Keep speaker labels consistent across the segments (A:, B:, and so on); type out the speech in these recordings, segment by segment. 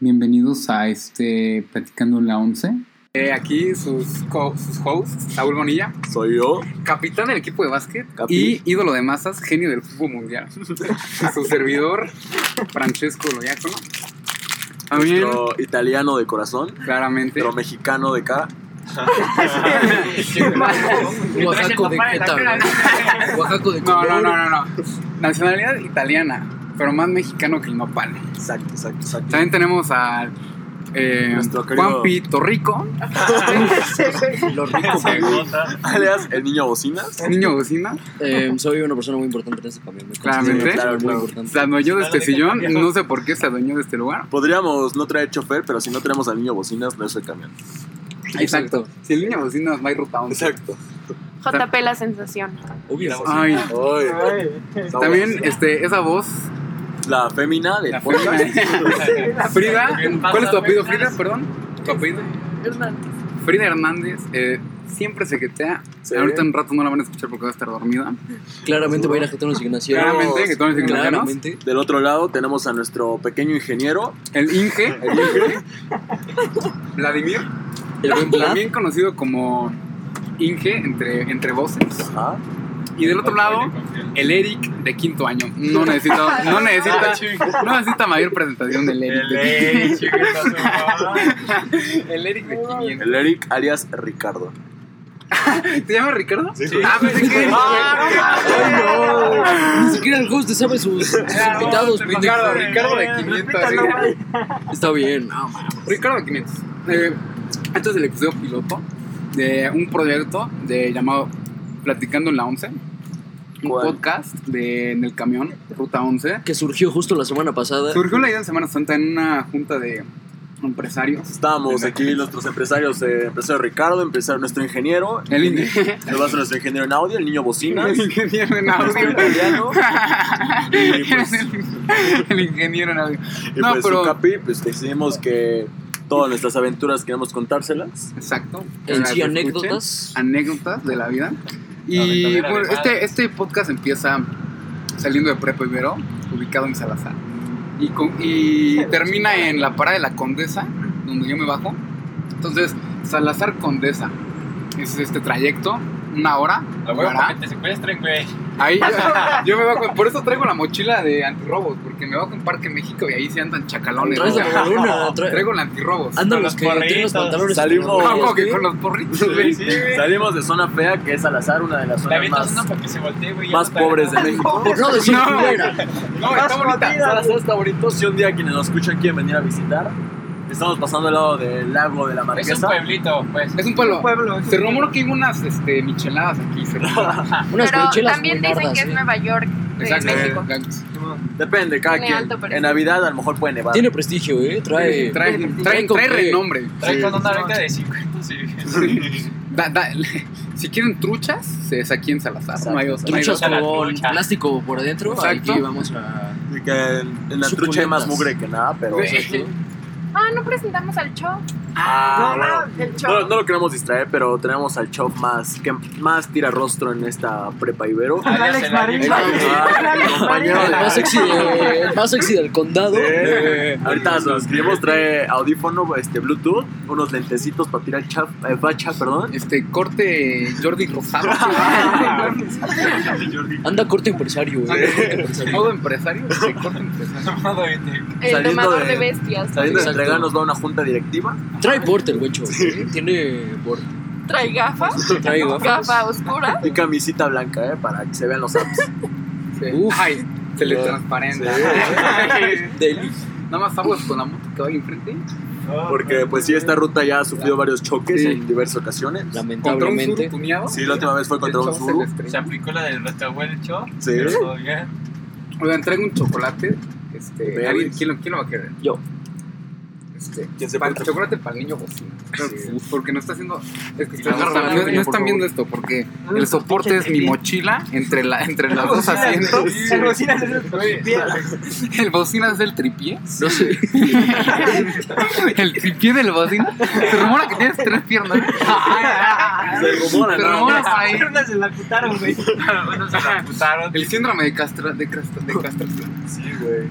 A: Bienvenidos a este Platicando la 11.
B: Eh, aquí sus, co- sus hosts, Saúl Bonilla,
C: Soy yo.
B: capitán del equipo de básquet
C: Capi.
B: y ídolo de masas, genio del fútbol mundial. Su servidor, Francesco Loyacono. También,
C: Nuestro italiano de corazón,
B: claramente,
C: pero mexicano de cara.
D: Oaxaco de Queta, güey. Oaxaco de
B: No, no,
D: Color.
B: no, no, no. Nacionalidad italiana, pero más mexicano que el nopal.
C: Exacto, exacto, exacto.
B: También tenemos al eh,
C: Nuestro querido-
B: Juan Pito Rico,
D: Los ricos, güey.
C: Alias, el niño bocinas.
B: niño bocina.
D: Eh, soy una persona muy importante en este camión. me considero
B: Claramente.
D: una persona
B: Se
C: Claro, claro.
D: Muy importante.
B: adueñó de este sillón, no sé por qué se adueñó de este lugar.
C: Podríamos no traer chofer, pero si no tenemos al niño bocinas, no es el camión.
B: Exacto. Si el niño bocina es My Root Town.
C: Exacto.
E: JP la sensación.
D: Obvio.
B: Ay, también
C: También
B: este, esa voz.
C: la fémina del
B: La
C: podcast.
B: Frida. Frida, ¿cuál es tu apellido, Frida? Perdón. ¿Tu apellido? Frida Hernández. eh, siempre se quetea.
C: Sí.
B: Ahorita en un rato no la van a escuchar porque va a estar dormida.
D: Claramente voy a ir a Getón los Ignacianos.
B: Claramente, que todos los ignoranos.
D: Claramente.
C: Del otro lado tenemos a nuestro pequeño ingeniero.
B: El Inge.
C: el Inge.
B: Vladimir.
D: El buen plan.
B: También conocido como Inge entre, entre voces.
C: Ajá.
B: Y del otro lado, el Eric de quinto año. No necesita, no necesita, no necesita mayor presentación del Eric. de El Eric de 500.
C: El Eric, alias Ricardo.
B: ¿Te llamas Ricardo? Sí. Ah, pensé que.
D: Ni siquiera el host sabe sus, sus invitados, pendejo.
B: Ricardo, Ricardo de 500. sí.
D: Está bien. No, man.
B: Ricardo de 500. Eh, este es el episodio piloto de un proyecto de, llamado Platicando en la 11. Un
C: ¿Cuál?
B: podcast de, en el camión, Ruta 11.
D: Que surgió justo la semana pasada.
B: Surgió la idea en Semana Santa en una junta de empresarios.
C: Estamos aquí nuestros empresarios, eh, empresario Ricardo, empresario nuestro ingeniero,
B: El ingeniero,
C: nos va a ser nuestro ingeniero en audio, el niño bocinas,
B: el ingeniero en
C: nuestro
B: audio.
C: italiano, y pues,
B: El ingeniero en audio.
C: Y
B: No,
C: pues
B: pero-
C: su capi, pues decidimos que todas nuestras aventuras queremos contárselas.
B: Exacto.
D: En
B: Las
D: sí,
B: escuchen.
D: anécdotas.
B: anécdotas de la vida. Y
F: verdadera
B: bueno,
F: de
B: este,
F: madre.
B: este podcast empieza saliendo de Prepa Ibero, ubicado en Salazar. Y, con- y termina en la parada de la Condesa, donde yo me bajo. Entonces, Salazar Condesa es este trayecto, una hora.
F: La huevo
B: durará.
F: para que te secuestren, güey.
B: Ahí yo me bajo, por eso traigo la mochila de antirrobos, porque me bajo en Parque México y ahí se andan chacalones.
D: Traes
B: Ah, ¿no?
D: la Ah, luna. Trae...
B: Traigo el antirrobos.
D: Andan
F: Con
D: los
F: los
D: que tienen los
F: porritos.
D: pantalones.
C: Salimos.
D: apretados,
B: Como que
D: ¿sí?
B: con los porritos, güey.
C: Salimos de zona fea, que es al azar una de las zonas
F: La avientas
C: más,
F: una para que se voltee, güey. ya
C: más
F: no está-
C: pobres de México.
D: Por no decir
B: No.
D: culera.
B: No, está bonita.
C: Salazar está bonito. Si un día quienes nos escuchan quieren venir a visitar, estamos pasando al lado del lago de la
F: Es un
C: Marquesa.
F: pueblito, pues.
B: Es un pueblo. Se rumora que hay unas este, micheladas aquí. se rumora.
D: Unas
E: Pero
D: mochilas
E: también
D: muy
E: dicen
D: gordas,
E: que es
D: ¿eh?
E: Nueva York de México.
B: Exacto.
C: Depende, cada
E: Tiene
C: quien.
E: alto
C: En
E: perfil.
C: Navidad a lo mejor puede nevar.
D: Tiene prestigio, ¿eh? Trae.
B: Trae, trae, trae,
D: con
B: trae
D: qué.
B: renombre.
F: Trae con una venta de 50, sí.
B: Da- da- si quieren truchas, es aquí en Salazar. No hay, otro- no hay
D: Truchas
B: otro.
F: la
D: con
F: trucha.
D: plástico por adentro.
B: Exacto.
D: Aquí vamos a.
C: Y que en, en la trucha hay más
D: Suculentas.
C: mugre que nada, pero.
B: Güey.
E: Ah, no presentamos al show.
C: Ah, bueno.
E: El
C: No,
E: show.
C: no lo queremos distraer, pero tenemos al Chop más, que más tira rostro en esta prepa ibero.
F: Alex Marín.
C: Ah, compañero
D: El más
C: de-
D: sexy, de- el más sexy del condado.
C: Eh, ahorita nos escribimos, trae audífono, este Bluetooth, unos lentecitos para tirar chaf, eh, bacha, perdón.
B: Este corte Jordi Rosado.
D: Anda corto empresario, güey.
B: Modo empresario. este, corte empresario.
E: El
C: saliendo
E: domador
C: de-
E: de bestias.
C: Saliendo de
D: Exacto.
C: entrega nos va a una junta directiva.
D: Trae porter, güey. Tiene porter.
E: Trae gafas.
D: Trae gafas.
E: Gafa oscura.
C: Y camisita blanca, eh, para que se vean los apps.
B: Sí.
D: Uf.
B: Ay, se le
C: Sí.
B: transparenta.
D: Deli.
B: Nada más aguas con la moto que va ahí enfrente.
C: Porque pues sí, esta ruta ya ha sufrido varios choques
B: Sí.
C: en diversas ocasiones.
B: Contra un sur
D: Lamentablemente.
B: tuneado.
C: Sí, la última vez fue contra
B: El
C: un
B: chavo se le
C: sur.
B: estrelló.
F: Se aplicó la del retabuel chop.
C: Sí.
F: pero todo bien.
B: Oigan, traigo un chocolate. Este,
C: Berries.
B: ¿alguien, ¿quién, lo, ¿Quién lo va a querer?
D: Yo.
B: Este,
C: ¿Quién se
B: pa-
C: puede-
B: chocolate para el niño bocina. Uf, Porque no está haciendo. Es que está-
D: Agarra
B: no están-
D: la
B: no,
D: niña,
B: no
D: por
B: están
D: favor.
B: viendo esto porque el soporte es mi mochila entre, la, entre las dos asientos.
F: El bocina es el
B: El bocina es el tripié.
D: No sé.
B: El tripié del bocina. Se rumora que tienes tres piernas.
C: Se rumora,
B: Se
C: Ah, ¿no?
B: rumora por ahí.
F: piernas se la putaron, güey. Bueno, se la putaron.
B: El síndrome de, castra, de, castra- de castración.
C: Sí, güey.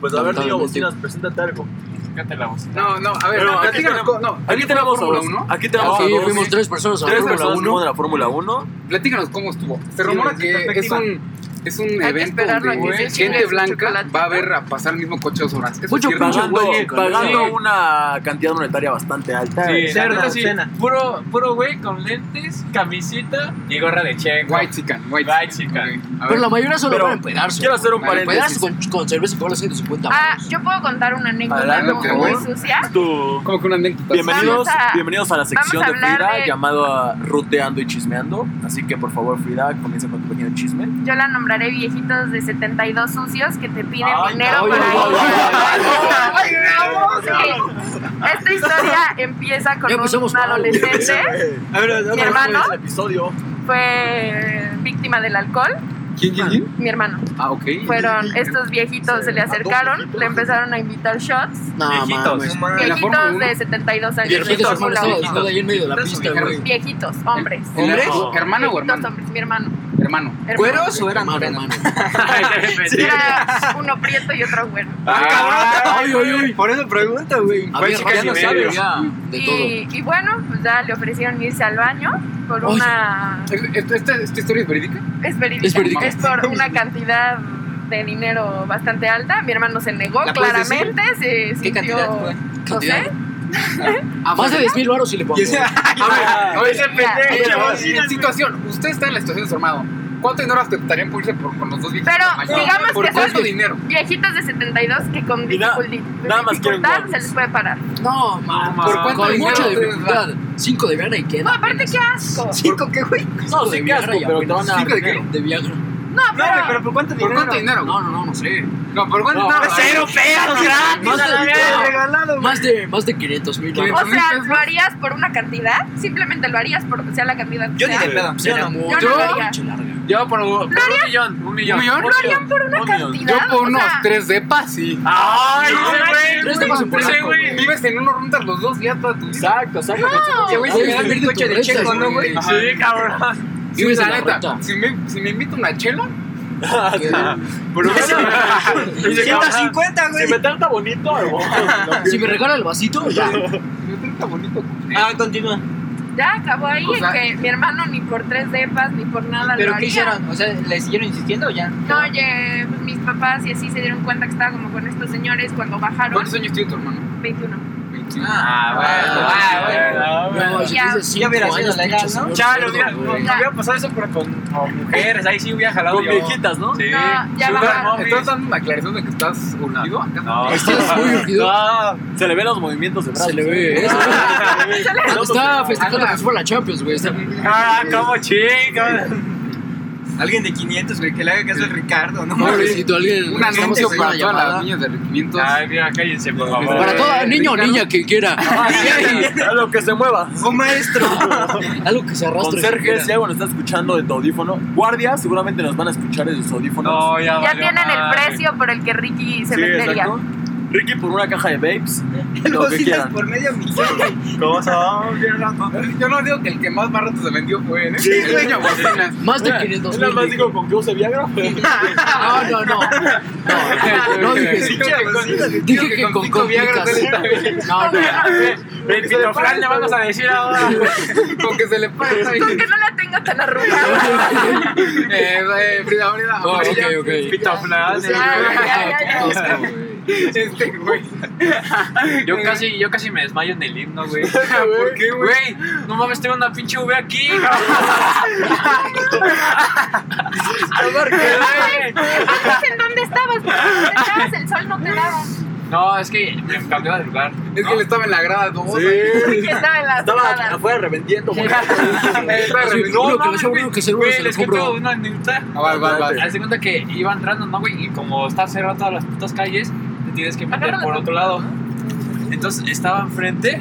C: Pues a ver, tío,
D: Lamentablemente.
C: bocinas, preséntate algo.
F: Fíjate la voz.
B: No, no, a ver,
C: Pero aquí
B: platícanos.
C: tenemos-
B: co- No,
C: Aquí
B: fue la
C: tenemos a
B: Fórmula
C: dos.
B: 1.
C: Aquí tenemos
D: sí,
C: Ah, a dos.
D: fuimos tres personas a la
C: Tres
D: Fórmula
C: personas que
D: 1.
C: fueron de la Fórmula 1.
B: Platícanos cómo estuvo. Se
F: Sí,
B: rumora
F: desde
B: que es
F: perspectiva.
B: un es un
E: que
B: evento
E: esperarlo
B: donde
E: a que se
B: gente
E: chingue su
B: blanca
E: chocolate,
B: va a
E: ¿no?
B: ver a pasar el mismo coche dos horas. Eso
D: Mucho
B: es cierto.
D: pinche
C: Pagando,
D: güey,
C: pagando
F: sí.
C: una cantidad monetaria bastante alta.
F: Sí,
C: Sí,
F: la neta cerda, sí. cena.
D: Puro.
F: Puro güey con lentes, camiseta y gorra de checo.
B: White chican, white,
F: White chican.
B: Ok, a
D: Pero
B: ver.
D: la mayoría solo
C: Pero
D: van a empedarse.
C: Quiero hacer un
B: Vale,
C: paréntesis.
D: Empedarse con, con cerveza y cola 150
E: Ah,
D: baros.
E: yo puedo contar una anécdota
C: Adelante,
E: ¿no?
B: por
E: muy
B: favor.
E: sucia.
C: Tú-
B: Como que una anécdota.
C: Bienvenidos,
E: Vamos a-
C: bienvenidos a la sección de
E: vamos a hablar
C: Frida
E: de-
C: llamada Ruteando y Chismeando. Así que por favor, Frida, comienza con tu pequeño chisme.
E: Yo la nombraré viejitos de 72 sucios que te piden
F: Ay,
E: dinero
D: ay,
E: para
D: ay,
E: ir.
D: ay,
E: Sí. Esta historia empieza con
D: Ya empezamos
E: un
D: mal.
E: adolescente.
C: A ver,
E: Mi hermano.
C: El episodio.
E: Fue víctima del alcohol.
B: ¿Quién, quién, quién?
E: Mi hermano.
B: Ah, ok.
E: Fueron estos viejitos, se le acercaron, le empezaron a invitar shots.
D: No,
F: Viejitos.
D: mames.
F: no mames.
B: la Fórmula
E: Viejitos
B: uno?
E: de 72 años.
D: Viejitos,
E: de
D: hermano,
E: Fórmula
D: estaba
E: uno.
D: dejando ahí en medio de la pista, güey.
E: Viejitos, hombres.
B: ¿Hombres?
C: No.
B: ¿Hermana o
E: Viejitos
B: hermano?
E: hombres, mi hermano.
B: Hermano.
E: hermano.
D: ¿Cueros o eran
B: Hermano,
D: hermano?
F: Ah,
E: Era uno prieto y otro güero.
D: Ay, ay, ay.
F: Por eso pregunta, güey.
D: A ver, ya no sabe ya de todo.
E: Y, y bueno, pues ya le ofrecieron irse al baño por
D: Ay.
E: una...
B: ¿Esta, esta, esta historia es verídica?
E: Es verídica.
D: Es verídica.
E: Es por una cantidad de dinero bastante alta. Mi hermano se negó
D: ¿La puedes
E: claramente. Se sintió,
D: cantidad fue?
E: No sé.
D: Cantidad. Más de 10 mil baros si le pongo.
B: A ver,
E: pendejo.
B: Ah, oye,
F: Pero-
B: en situación, usted está en la situación de su hermano. ¿Cuánto dinero aceptarían por irse por, con los dos viejitos?
E: Pero,
B: al baño?
E: digamos
B: ¿Por
E: que
B: cuánto
E: son-
B: dinero?
E: Viejitos de 72 que con
C: Y na-
E: dificul-
C: nada más quieren
E: dificultad
C: guapos.
E: se les puede parar.
D: No, mames.
B: ¿Por cuánto
D: Con
B: dinero
D: mucha
B: ustedes
D: dificultad. 5 de Viagra y
E: No,
D: queda.
E: aparte, qué asco.
D: ¿Cinco qué, güey?
C: No,
D: de
C: sí, qué
D: Viagra
C: asco,
D: y
C: pero te van a.
B: ¿Cinco de qué?
D: De Viagra.
E: No,
F: No, güey,
E: pero...
F: pero ¿por cuánto
B: ¿Por
F: dinero?
B: cuánto dinero?
D: No, no, no, no sé.
B: No, por cuánto
C: No,
B: dinero.
F: Cero pesos gratis.
D: Más
F: a la
D: de-
F: verga, regalado, güey.
D: Más de, más de 500 mil
E: O
D: baros.
B: ¿mil
E: sea,
B: pesos?
E: ¿lo harías por una cantidad? Simplemente lo harías por sea la cantidad que
F: Yo ni
E: sea.
F: de pedo.
D: Pues era mucho,
E: Yo-
D: era mucho larga.
B: Yo por un
F: Un millón, un millón.
B: millón.
E: ¿Lo harían por una
C: Un millón.
E: cantidad?
B: Yo por
E: O
B: unos
E: sea,
B: tres depas, sí.
F: Ay,
C: No,
F: ese
C: no,
F: güey,
D: tres
F: güey,
D: temas en
F: ese
D: polaco,
F: güey.
B: Vives en unos rondas los dos días toda tu vida.
C: Exacto, exacto.
E: No.
B: Ese güey se
D: Ay,
B: me da
D: vives
B: el
D: de
B: coche
D: tus
B: de checo,
D: rentas,
B: ¿no, güey?
D: güey.
B: Sí,
F: Sí, cabrón.
B: Sí,
D: Vives de
B: la
D: la
B: neta,
D: renta.
B: si me, si me invita una chela,
C: Pero
F: Y se cabrón.
G: 150, güey.
C: Si me trata bonito,
D: Si me regala el vasito, ya.
B: me trata bonito.
G: Ah, continúa.
E: Ya acabó ahí
B: O
E: en
B: sea-
E: que mi hermano ni por tres depas ni por nada lo
G: ¿Pero qué
E: haría.
G: hicieron? O sea, ¿le siguieron insistiendo o ya?
E: No, oye, pues mis papás y así se dieron cuenta que estaba como con estos señores cuando bajaron.
B: ¿Cuántos años tiene tu hermano?
E: 21.
B: 21.
F: Ah,
D: Ah,
F: bueno, ah, bueno.
D: No, si dices cinco
G: Ya hubiera sido
D: años,
G: legal,
D: pinche
G: ¿no?
D: señor
F: Chale,
D: gordo,
F: hubiera,
D: güey.
F: hubiera pasado eso, pero con con mujeres. Ahí sí hubiera jalado
C: Con
F: yo.
C: viejitas, ¿no?
F: Sí.
E: No, ya
F: Sugar
E: bajaron.
F: mommies.
B: ¿Estás dando una aclaración de que estás urgido? ¿Acaso?
F: No.
D: Estás muy urgido.
F: No.
C: Se le ven los movimientos de brazos. ¿eh?
D: Se le ve. Eso, güey. Está festejando
B: Ala.
D: que se fue a la Champions, güey. Está-
F: Ah, como chicos.
G: Alguien de 500, güey, que le haga caso al Ricardo, ¿no?
D: Pobrecito, alguien.
B: Un
D: estamos
B: anuncio
D: haciendo
B: para
D: Ah, una
B: todas las
D: llamada.
B: niñas de 500.
F: Ay, mira, cállense, por favor.
D: Para todo niño o
B: Ricardo.
D: niña que quiera.
C: A lo que se mueva.
G: Un maestro.
D: Algo que se arrastre.
C: Conserje, si alguien está escuchando de tu audífono. Guardias, seguramente nos van a escuchar de sus audífonos.
F: No, ya
G: Ah,
E: Ya
F: valió
E: tienen el
F: madre.
E: precio por el que Ricky se
C: Sí,
E: vendería.
C: exacto. Ricky por una caja de vapes. Lo
G: Los
C: que
G: hilos
C: quieran.
G: por medio millón.
F: ¿Cómo son? Bien rato.
B: Yo no digo que el que más barato se vendió fue él. ¿eh?
C: Sí,
B: El
C: güey.
B: niño Aguastinas.
D: Más de
C: Mira,
D: 500
C: Nada más
D: mil.
C: digo con que use Viagra.
D: No, no, no. No, no dije
B: Sí,
D: eso.
B: que con-
D: Dije que con
B: cinco Viagra
D: cómicas. No, no.
F: Bendito Fran, le vamos a decir ahora.
B: Con que se le pare está
E: Con
B: bien.
E: que no la tenga tan arrugada.
B: Eh, eh, Frida, Frida.
D: Oh, ok,
B: amarilla.
D: ok.
F: Pito Fran. eh.
E: Ya, ya, ya, ya.
B: Este güey.
F: Yo casi, yo casi me desmayo en el himno, güey.
B: ¿Por qué, güey?
F: Güey, no mames, tengo una pinche V aquí. güey.
E: Antes, ¿en dónde estabas? ¿Dónde estabas? El sol no te daba.
F: No, es que me cambiaba de lugar.
B: Es que
F: ¿no?
B: él estaba en la grada 2.
E: Ricky estaba en las
C: Estaba
E: gradas.
C: afuera revendiendo. güey.
D: Así,
F: No,
D: uno que
F: mames,
D: le sobra,
F: güey.
D: uno que se uno
F: Güey,
D: se lo
F: les
D: compro.
F: cuento una anécdota.
B: Ah, va, va, va.
F: Haz de cuenta que iba entrando, ¿no, güey? Y como está cerrada todas las putas calles, te tienes que meter
E: Agárrala,
F: por
E: ¿no?
F: otro lado. Entonces estaba enfrente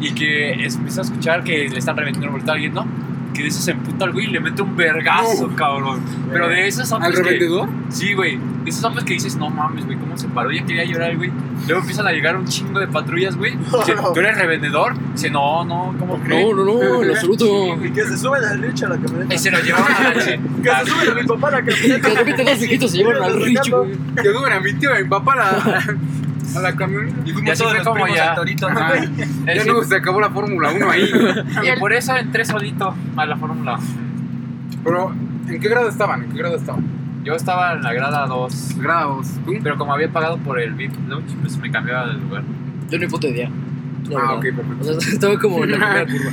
F: y que es- empecé a escuchar que le están reventando el a alguien, ¿no? que de eso se emputa el güey y le mete un vergazo, cabrón. Pero de esos
B: ¿Al
F: hombres que...
B: revendedor?
F: Sí, güey. De esos hombres que dices, no mames, güey, ¿cómo se paró? Ya quería llorar, güey. Luego empiezan a llegar un chingo de patrullas, güey. Dice, ¿tú eres revendedor? Dice, no, no, ¿cómo crees?
D: No, no, no, en absoluto.
C: Y que se suben al richo a la camioneta.
F: Y se lo llevaron a la che-
C: Que se suben a mi papá a la
D: Que de
C: camioneta.
D: repente dos hijitos se llevan al richo, güey.
B: Yo tuve a mi tío, a mi papá, a la, a la camioneta.
G: Y
F: Ya
G: fuimos
F: se
G: todos
F: fue
G: los
F: como
G: primos
F: ya.
G: al torito.
B: Ajá. Ya
F: Ese-
B: no se acabó la Fórmula 1 ahí.
F: Y por eso entré solito a la Fórmula.
B: Pero, ¿en qué grado estaban? ¿En qué grado estaban?
F: Yo estaba en la grada 2,
B: Grados. ¿Tú?
F: pero como había pagado por el VIP Lounge, pues me cambiaba de lugar.
D: Yo ni puta idea. la
B: Ah,
D: verdad.
B: ok, perfecto.
D: O sea, estaba como en la primera curva.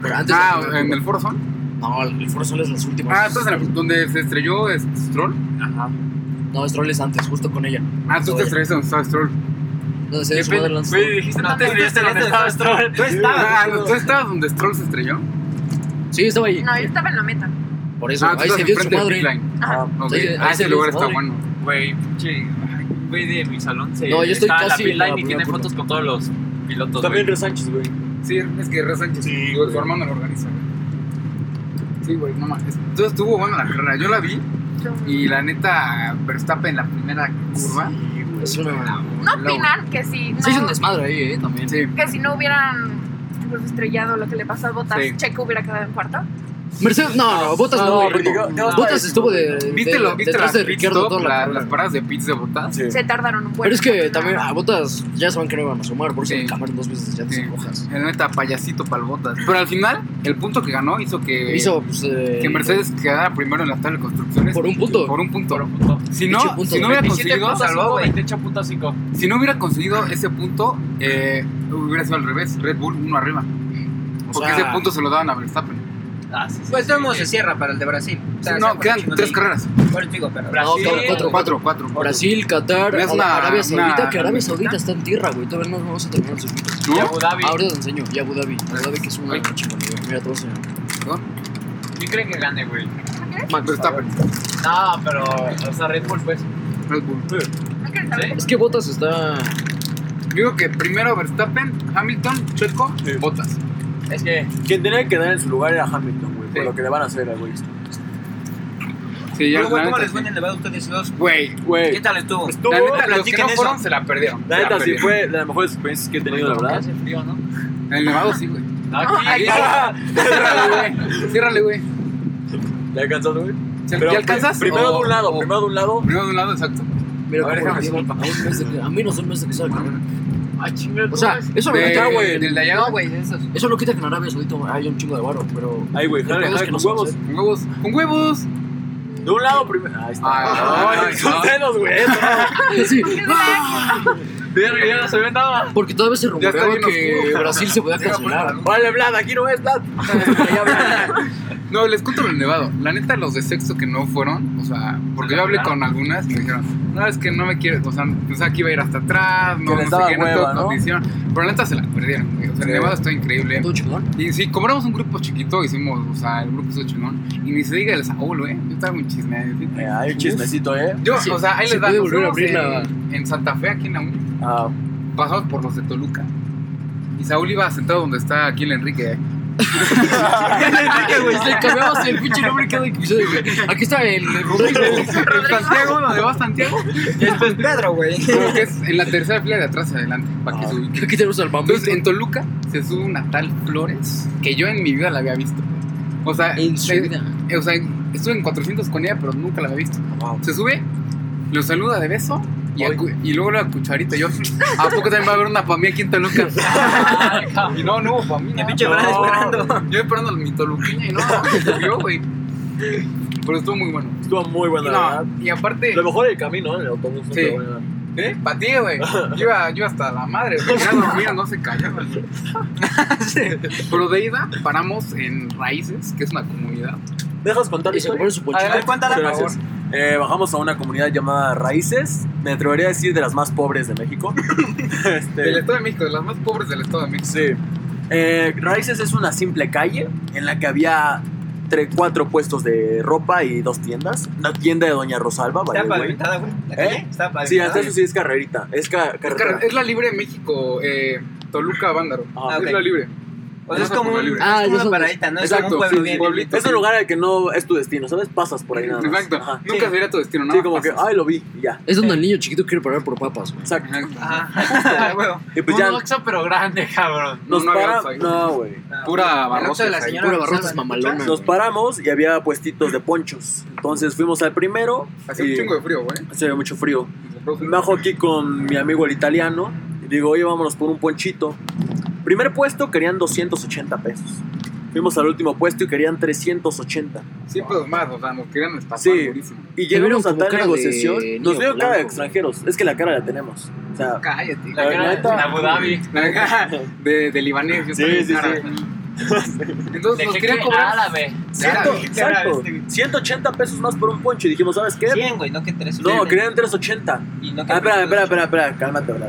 D: Pero antes. de la
B: Ah,
D: primera
B: en
D: curva.
B: el Forzón.
D: No, el Foro Sol es las últimas.
B: Ah, entonces en la- donde se estrelló es- Stroll.
F: Ajá.
D: No, Stroll es antes, justo con ella.
B: Ah, tú te
D: Joder.
B: estrellaste donde estaba Stroll.
D: Donde se desmadra el lance.
F: Güey, dijiste, no te olvidaste dónde estaba Stroll.
G: Tú
B: Ah,
G: estabas.
B: no, ¿tú estabas donde Stroll se estrelló?
D: Sí, estaba ahí.
E: No, yo estaba en la meta.
D: Por eso,
B: Ah, tú
D: ahí
B: estabas
D: se dio su
B: enfrente del
D: madre.
B: pit line.
E: Ajá.
B: Ok.
D: Ahí se- ahí
B: Ah,
D: se
B: ese
D: dio
B: lugar
D: su
B: está
D: madre.
B: bueno.
F: Güey, pinche. ay, Güey, de mi salón se.
D: No, yo estoy
F: está en
D: casi en
F: la
D: la
F: pit line y tiene
D: primera
F: fotos con todos los pilotos.
C: También Río
F: güey.
C: Sánchez, güey.
B: Sí, es que Red Sánchez,
C: Sí,
B: su,
C: güey.
B: su hermano lo organiza. güey. Sí, güey, no mames. Entonces estuvo buena la carrera. Yo la vi y la neta, Verstappen en la primera curva.
D: Es una.
E: No opinan que si
D: Se hizo un
E: no,
D: desmadre ahí, eh, también.
B: Sí.
E: que si no hubieran pues, estrellado lo que le pasó a Botas,
B: Sí.
E: Checo hubiera quedado en cuarto.
D: Mercedes, no,
B: Ah,
D: no, Botas no.
C: porque
D: Rico.
C: quedó- quedó
D: Botas
C: décimo.
D: estuvo de. de-
B: ¿Viste, lo, viste las,
D: detrás de
B: pit
D: Ricardo
B: stop,
D: toda
B: la-
D: la
B: las
D: carrera.
B: paradas de pits de botas?
C: Sí.
E: Se tardaron un buen
D: Pero es
E: rato
D: que
E: en
D: también a
E: arrancar.
D: Botas ya saben que no iban a sumar, por eso
B: Sí.
D: le cambiaron dos veces ya
B: Sí.
D: te rojas.
B: La neta, payasito para botas. Pero al final, el punto que ganó hizo que,
D: Hizo, pues. eh,
B: que Mercedes quedara primero en la tabla de construcciones.
D: Por un punto.
B: Por un punto.
F: Por un punto.
B: Si no,
D: Pinche punto,
B: si no hubiera
F: 27.5,
B: conseguido, salvó, güey.
F: 28.5.
B: si no hubiera conseguido ese punto, eh, hubiera sido al revés. Red Bull uno arriba.
D: o
B: Porque
D: sea,
B: ese punto se lo daban a Verstappen.
F: Ah, sí, sí.
G: Pues todo se cierra para el de Brasil. O sea,
B: no,
G: se
B: quedan
G: fue
B: tres
G: chingón
B: carreras.
G: ahí. Por eso digo, pero.
D: No,
F: Brasil.
D: cuatro, cuatro, cuatro.
B: Cuatro, cuatro.
D: Brasil, Qatar,
B: Es
D: Ara-
B: una-
D: Arabia Saudita,
B: una-
D: que Arabia Saudita está en tierra, güey. Todavía no vamos a terminar el circuito.
B: ¿Tú?
F: Y Abu Dhabi.
D: Ahora te enseño, y Abu Dhabi. Abu Dhabi que es una
B: Ay.
D: chingonería. Mira, te voy a enseñar.
F: ¿Quién cree que gane, güey?
B: Max Verstappen.
F: No, pero. O sea, Red Bull, pues.
B: Red Bull.
E: Hay que saber-
D: Es que Botas está.
B: Digo que primero Verstappen, Hamilton, Checo, Botas.
F: Es que.
C: Quien tenía que dar en su lugar era Hamilton, güey. Por
B: Sí.
C: lo que le van a hacer a güey.
B: Sí,
G: Pero, güey,
B: la
G: ¿cómo
B: neta,
G: les fue en el Nevada a ustedes dos?
B: Güey,
G: ¿Qué
C: Güey.
G: tal estuvo?
C: Estuvo.
B: la neta, los que
G: platiquen
B: no
G: eso.
B: fueron se la perdieron.
C: La
B: Se
C: neta sí
B: perdieron.
C: fue de las mejores experiencias que he tenido, la verdad.
F: Hace frío, ¿no?
B: En el Nevado sí, güey.
F: Aquí.
B: Ciérrale, güey. Ciérrale, güey.
C: ¿Le alcanzas, güey?
B: ¿Ya
C: Pero
B: alcanzas? Oh,
C: Primero
B: O-
C: de un lado,
B: o-
C: primero de un lado.
B: Primero de un lado, exacto.
D: Mira,
F: A ver,
D: cómo
F: déjame
D: lo
F: subir,
D: lleva. a, un mes de- a menos de un mes de que sea la carrera.
F: Ay, chinga,
D: O sea,
F: ¿cómo es?
D: eso no,
B: De-
D: quita, güey.
B: Del de allá,
G: No, güey, esos.
D: eso no quita que en Arabia Saudita haya un chingo de barro, pero.
C: Ahí, güey,
D: El
C: jale,
D: pedo es
C: jale,
D: que
C: con
D: no se va a
C: huevos.
D: hacer.
B: Con huevos. Con huevos.
C: De un lado primero. Ahí
B: Ah,
C: está.
B: no,
C: Ay, son
B: no.
C: celos, güey. eso.
D: ¿eh? Sí, Ah,
F: Verga, ya no se ve nada.
D: porque todavía se
B: está
D: rumoreaba
B: bien
D: que
B: oscuro.
D: Brasil se podía cancelar.
C: Vale, Vlad, aquí no es Vlad.
B: No, les cuento lo nevado. La neta, los de sexto que no fueron, o sea, porque yo hablé con algunas y me dijeron, no, es que no me quiero, o sea, pensaba que iba a ir hasta atrás, no,
C: Que les
B: no
C: daba
B: sé qué, no
C: hueva,
B: tengo
C: ¿no?
B: condición. Pero la neta se la perdieron, güey. O sea, el
C: Sí.
B: nevado está increíble.
D: Todo chingón.
B: Y sí, como éramos un grupo chiquito, hicimos, o sea, el grupo hizo chingón. Y ni se diga el Saúl, güey. Yo estaba muy chisme. ¿sí?
C: Eh, Hay un chismecito, eh.
B: Yo,
D: Sí,
B: o sea, ahí
D: se
B: les da.
D: puede
B: nos
D: volver a
B: fuimos
D: abrir
B: en, en Santa Fe, aquí en la uni,
C: Ah,
B: pasamos por los de Toluca. Y Saúl iba sentado donde está aquí el Enrique.
D: Güey, le cambiamos el pinche nombre cada episodio, güey. Aquí está el Rodrigo.
B: En Santiago, donde va Santiago.
G: Y esto es Pedro, güey.
B: Creo que es en la tercera fila de atrás adelante, para que
C: Ah.
B: se ubique.
D: Aquí tenemos al bambú.
B: Entonces, en Toluca se sube una tal Flores que yo en mi vida la había visto. O sea,
D: En su
B: eh,
D: vida.
B: eh, o sea, estuve en 400 con ella, pero nunca la había visto.
C: wow.
B: Se sube, lo saluda de beso y, a cu- y luego la cucharita. Yo, ¿a poco también va a haber una pa' mí aquí en Toluca? y no, no, pa' mí. no.
G: El pinche Brad
B: No.
G: esperando.
B: Yo esperando mi toluqueña y no, no, yo, güey. Pero estuvo muy bueno.
C: Estuvo muy buena, la verdad.
B: No, y aparte,
C: Lo mejor el camino, ¿eh? el autobús. no
B: Sí.
C: te voy a-
B: ¿eh? Pa' ti, güey. Yo iba, yo hasta la madre, güey. Ya dormía, no se callaba. Pero de ida paramos en Raíces, que es una comunidad.
C: ¿Dejas contar la
D: Y se
C: historia?
D: comieron su pochita.
G: Adelante, cuéntala, por favor.
C: Gracias. Eh, bajamos a una comunidad llamada Raíces, me atrevería a decir de las más pobres de México. Este,
B: Del Estado de México, de las más pobres del Estado de México.
C: sí. Eh, Raíces es una simple calle en la que había tres, cuatro puestos de ropa y dos tiendas. La tienda de Doña Rosalba, vale,
G: Está
C: güey.
G: pavimentada, güey. ¿La calle? Está
C: Sí,
G: pavimentada.
C: hasta eso sí es carrerita. Es ca-
B: Es,
C: carretera.
B: car- es la libre México, eh, Toluca, Bándaro.
C: Ah,
B: es
G: ok.
B: la libre.
G: O sea, es como un-
B: Libre.
D: Ah,
G: es como
D: ya
G: una
D: son-
G: paradita, ¿no? Es como
B: Exacto,
G: un pueblo
B: sí,
G: bien.
B: pueblito.
C: Es un lugar al que no es tu destino, ¿sabes? Pasas por ahí nada más.
B: Exacto.
C: Ajá.
B: Nunca
G: Sí.
B: sería tu destino, ¿no?
C: Sí, como que, ay, lo vi, y ya.
D: Es donde el niño chiquito quiere parar por papas, güey.
C: Exacto.
G: Ajá, huevo.
C: Y pues
F: un
C: ya
F: Oxxo, pero grande, cabrón.
C: nos
B: no había
C: para.
B: Oxxo ahí.
C: No, güey.
B: Pura
G: El Oxxo
B: barrosa.
G: de la
B: ahí.
G: señora
D: Pura
G: González,
D: barrotas mamalona.
C: Nos paramos y había puestitos de ponchos. Entonces fuimos al primero.
B: Hacía un
C: y
B: chingo de frío, güey.
C: Hacía mucho frío. Me bajo aquí con mi amigo el italiano y digo, oye, vámonos por un ponchito. Primer puesto querían 280 pesos. Fuimos al último puesto y querían 380.
B: Sí, pues más, o sea, nos querían estafar
C: Sí.
B: durísimo.
C: Y
D: Te vieron
C: llegamos a
D: como
C: tal
D: cara de
C: negociación.
D: niño
C: Nos vieron cara de
D: blanco.
C: extranjeros. Es que la cara la tenemos. O sea,
G: Cállate.
C: La
F: Era en
C: neta.
F: Abu
B: Pues
F: Dhabi.
B: De, de libanés, yo
C: Sí,
B: también,
C: sí,
B: árabe. Entonces nos
F: Dejé
B: querían
F: que
B: cobrar.
F: árabe.
C: Exacto,
G: Árabe, árabe,
C: exacto.
G: este güey.
C: 180 pesos más por un poncho. Y dijimos, ¿sabes qué?
G: 100, güey, no que 3.
C: No, querían 380.
G: Y no que
C: Ah, espera, espera,
G: 380.
C: espera, espera, cálmate, bro.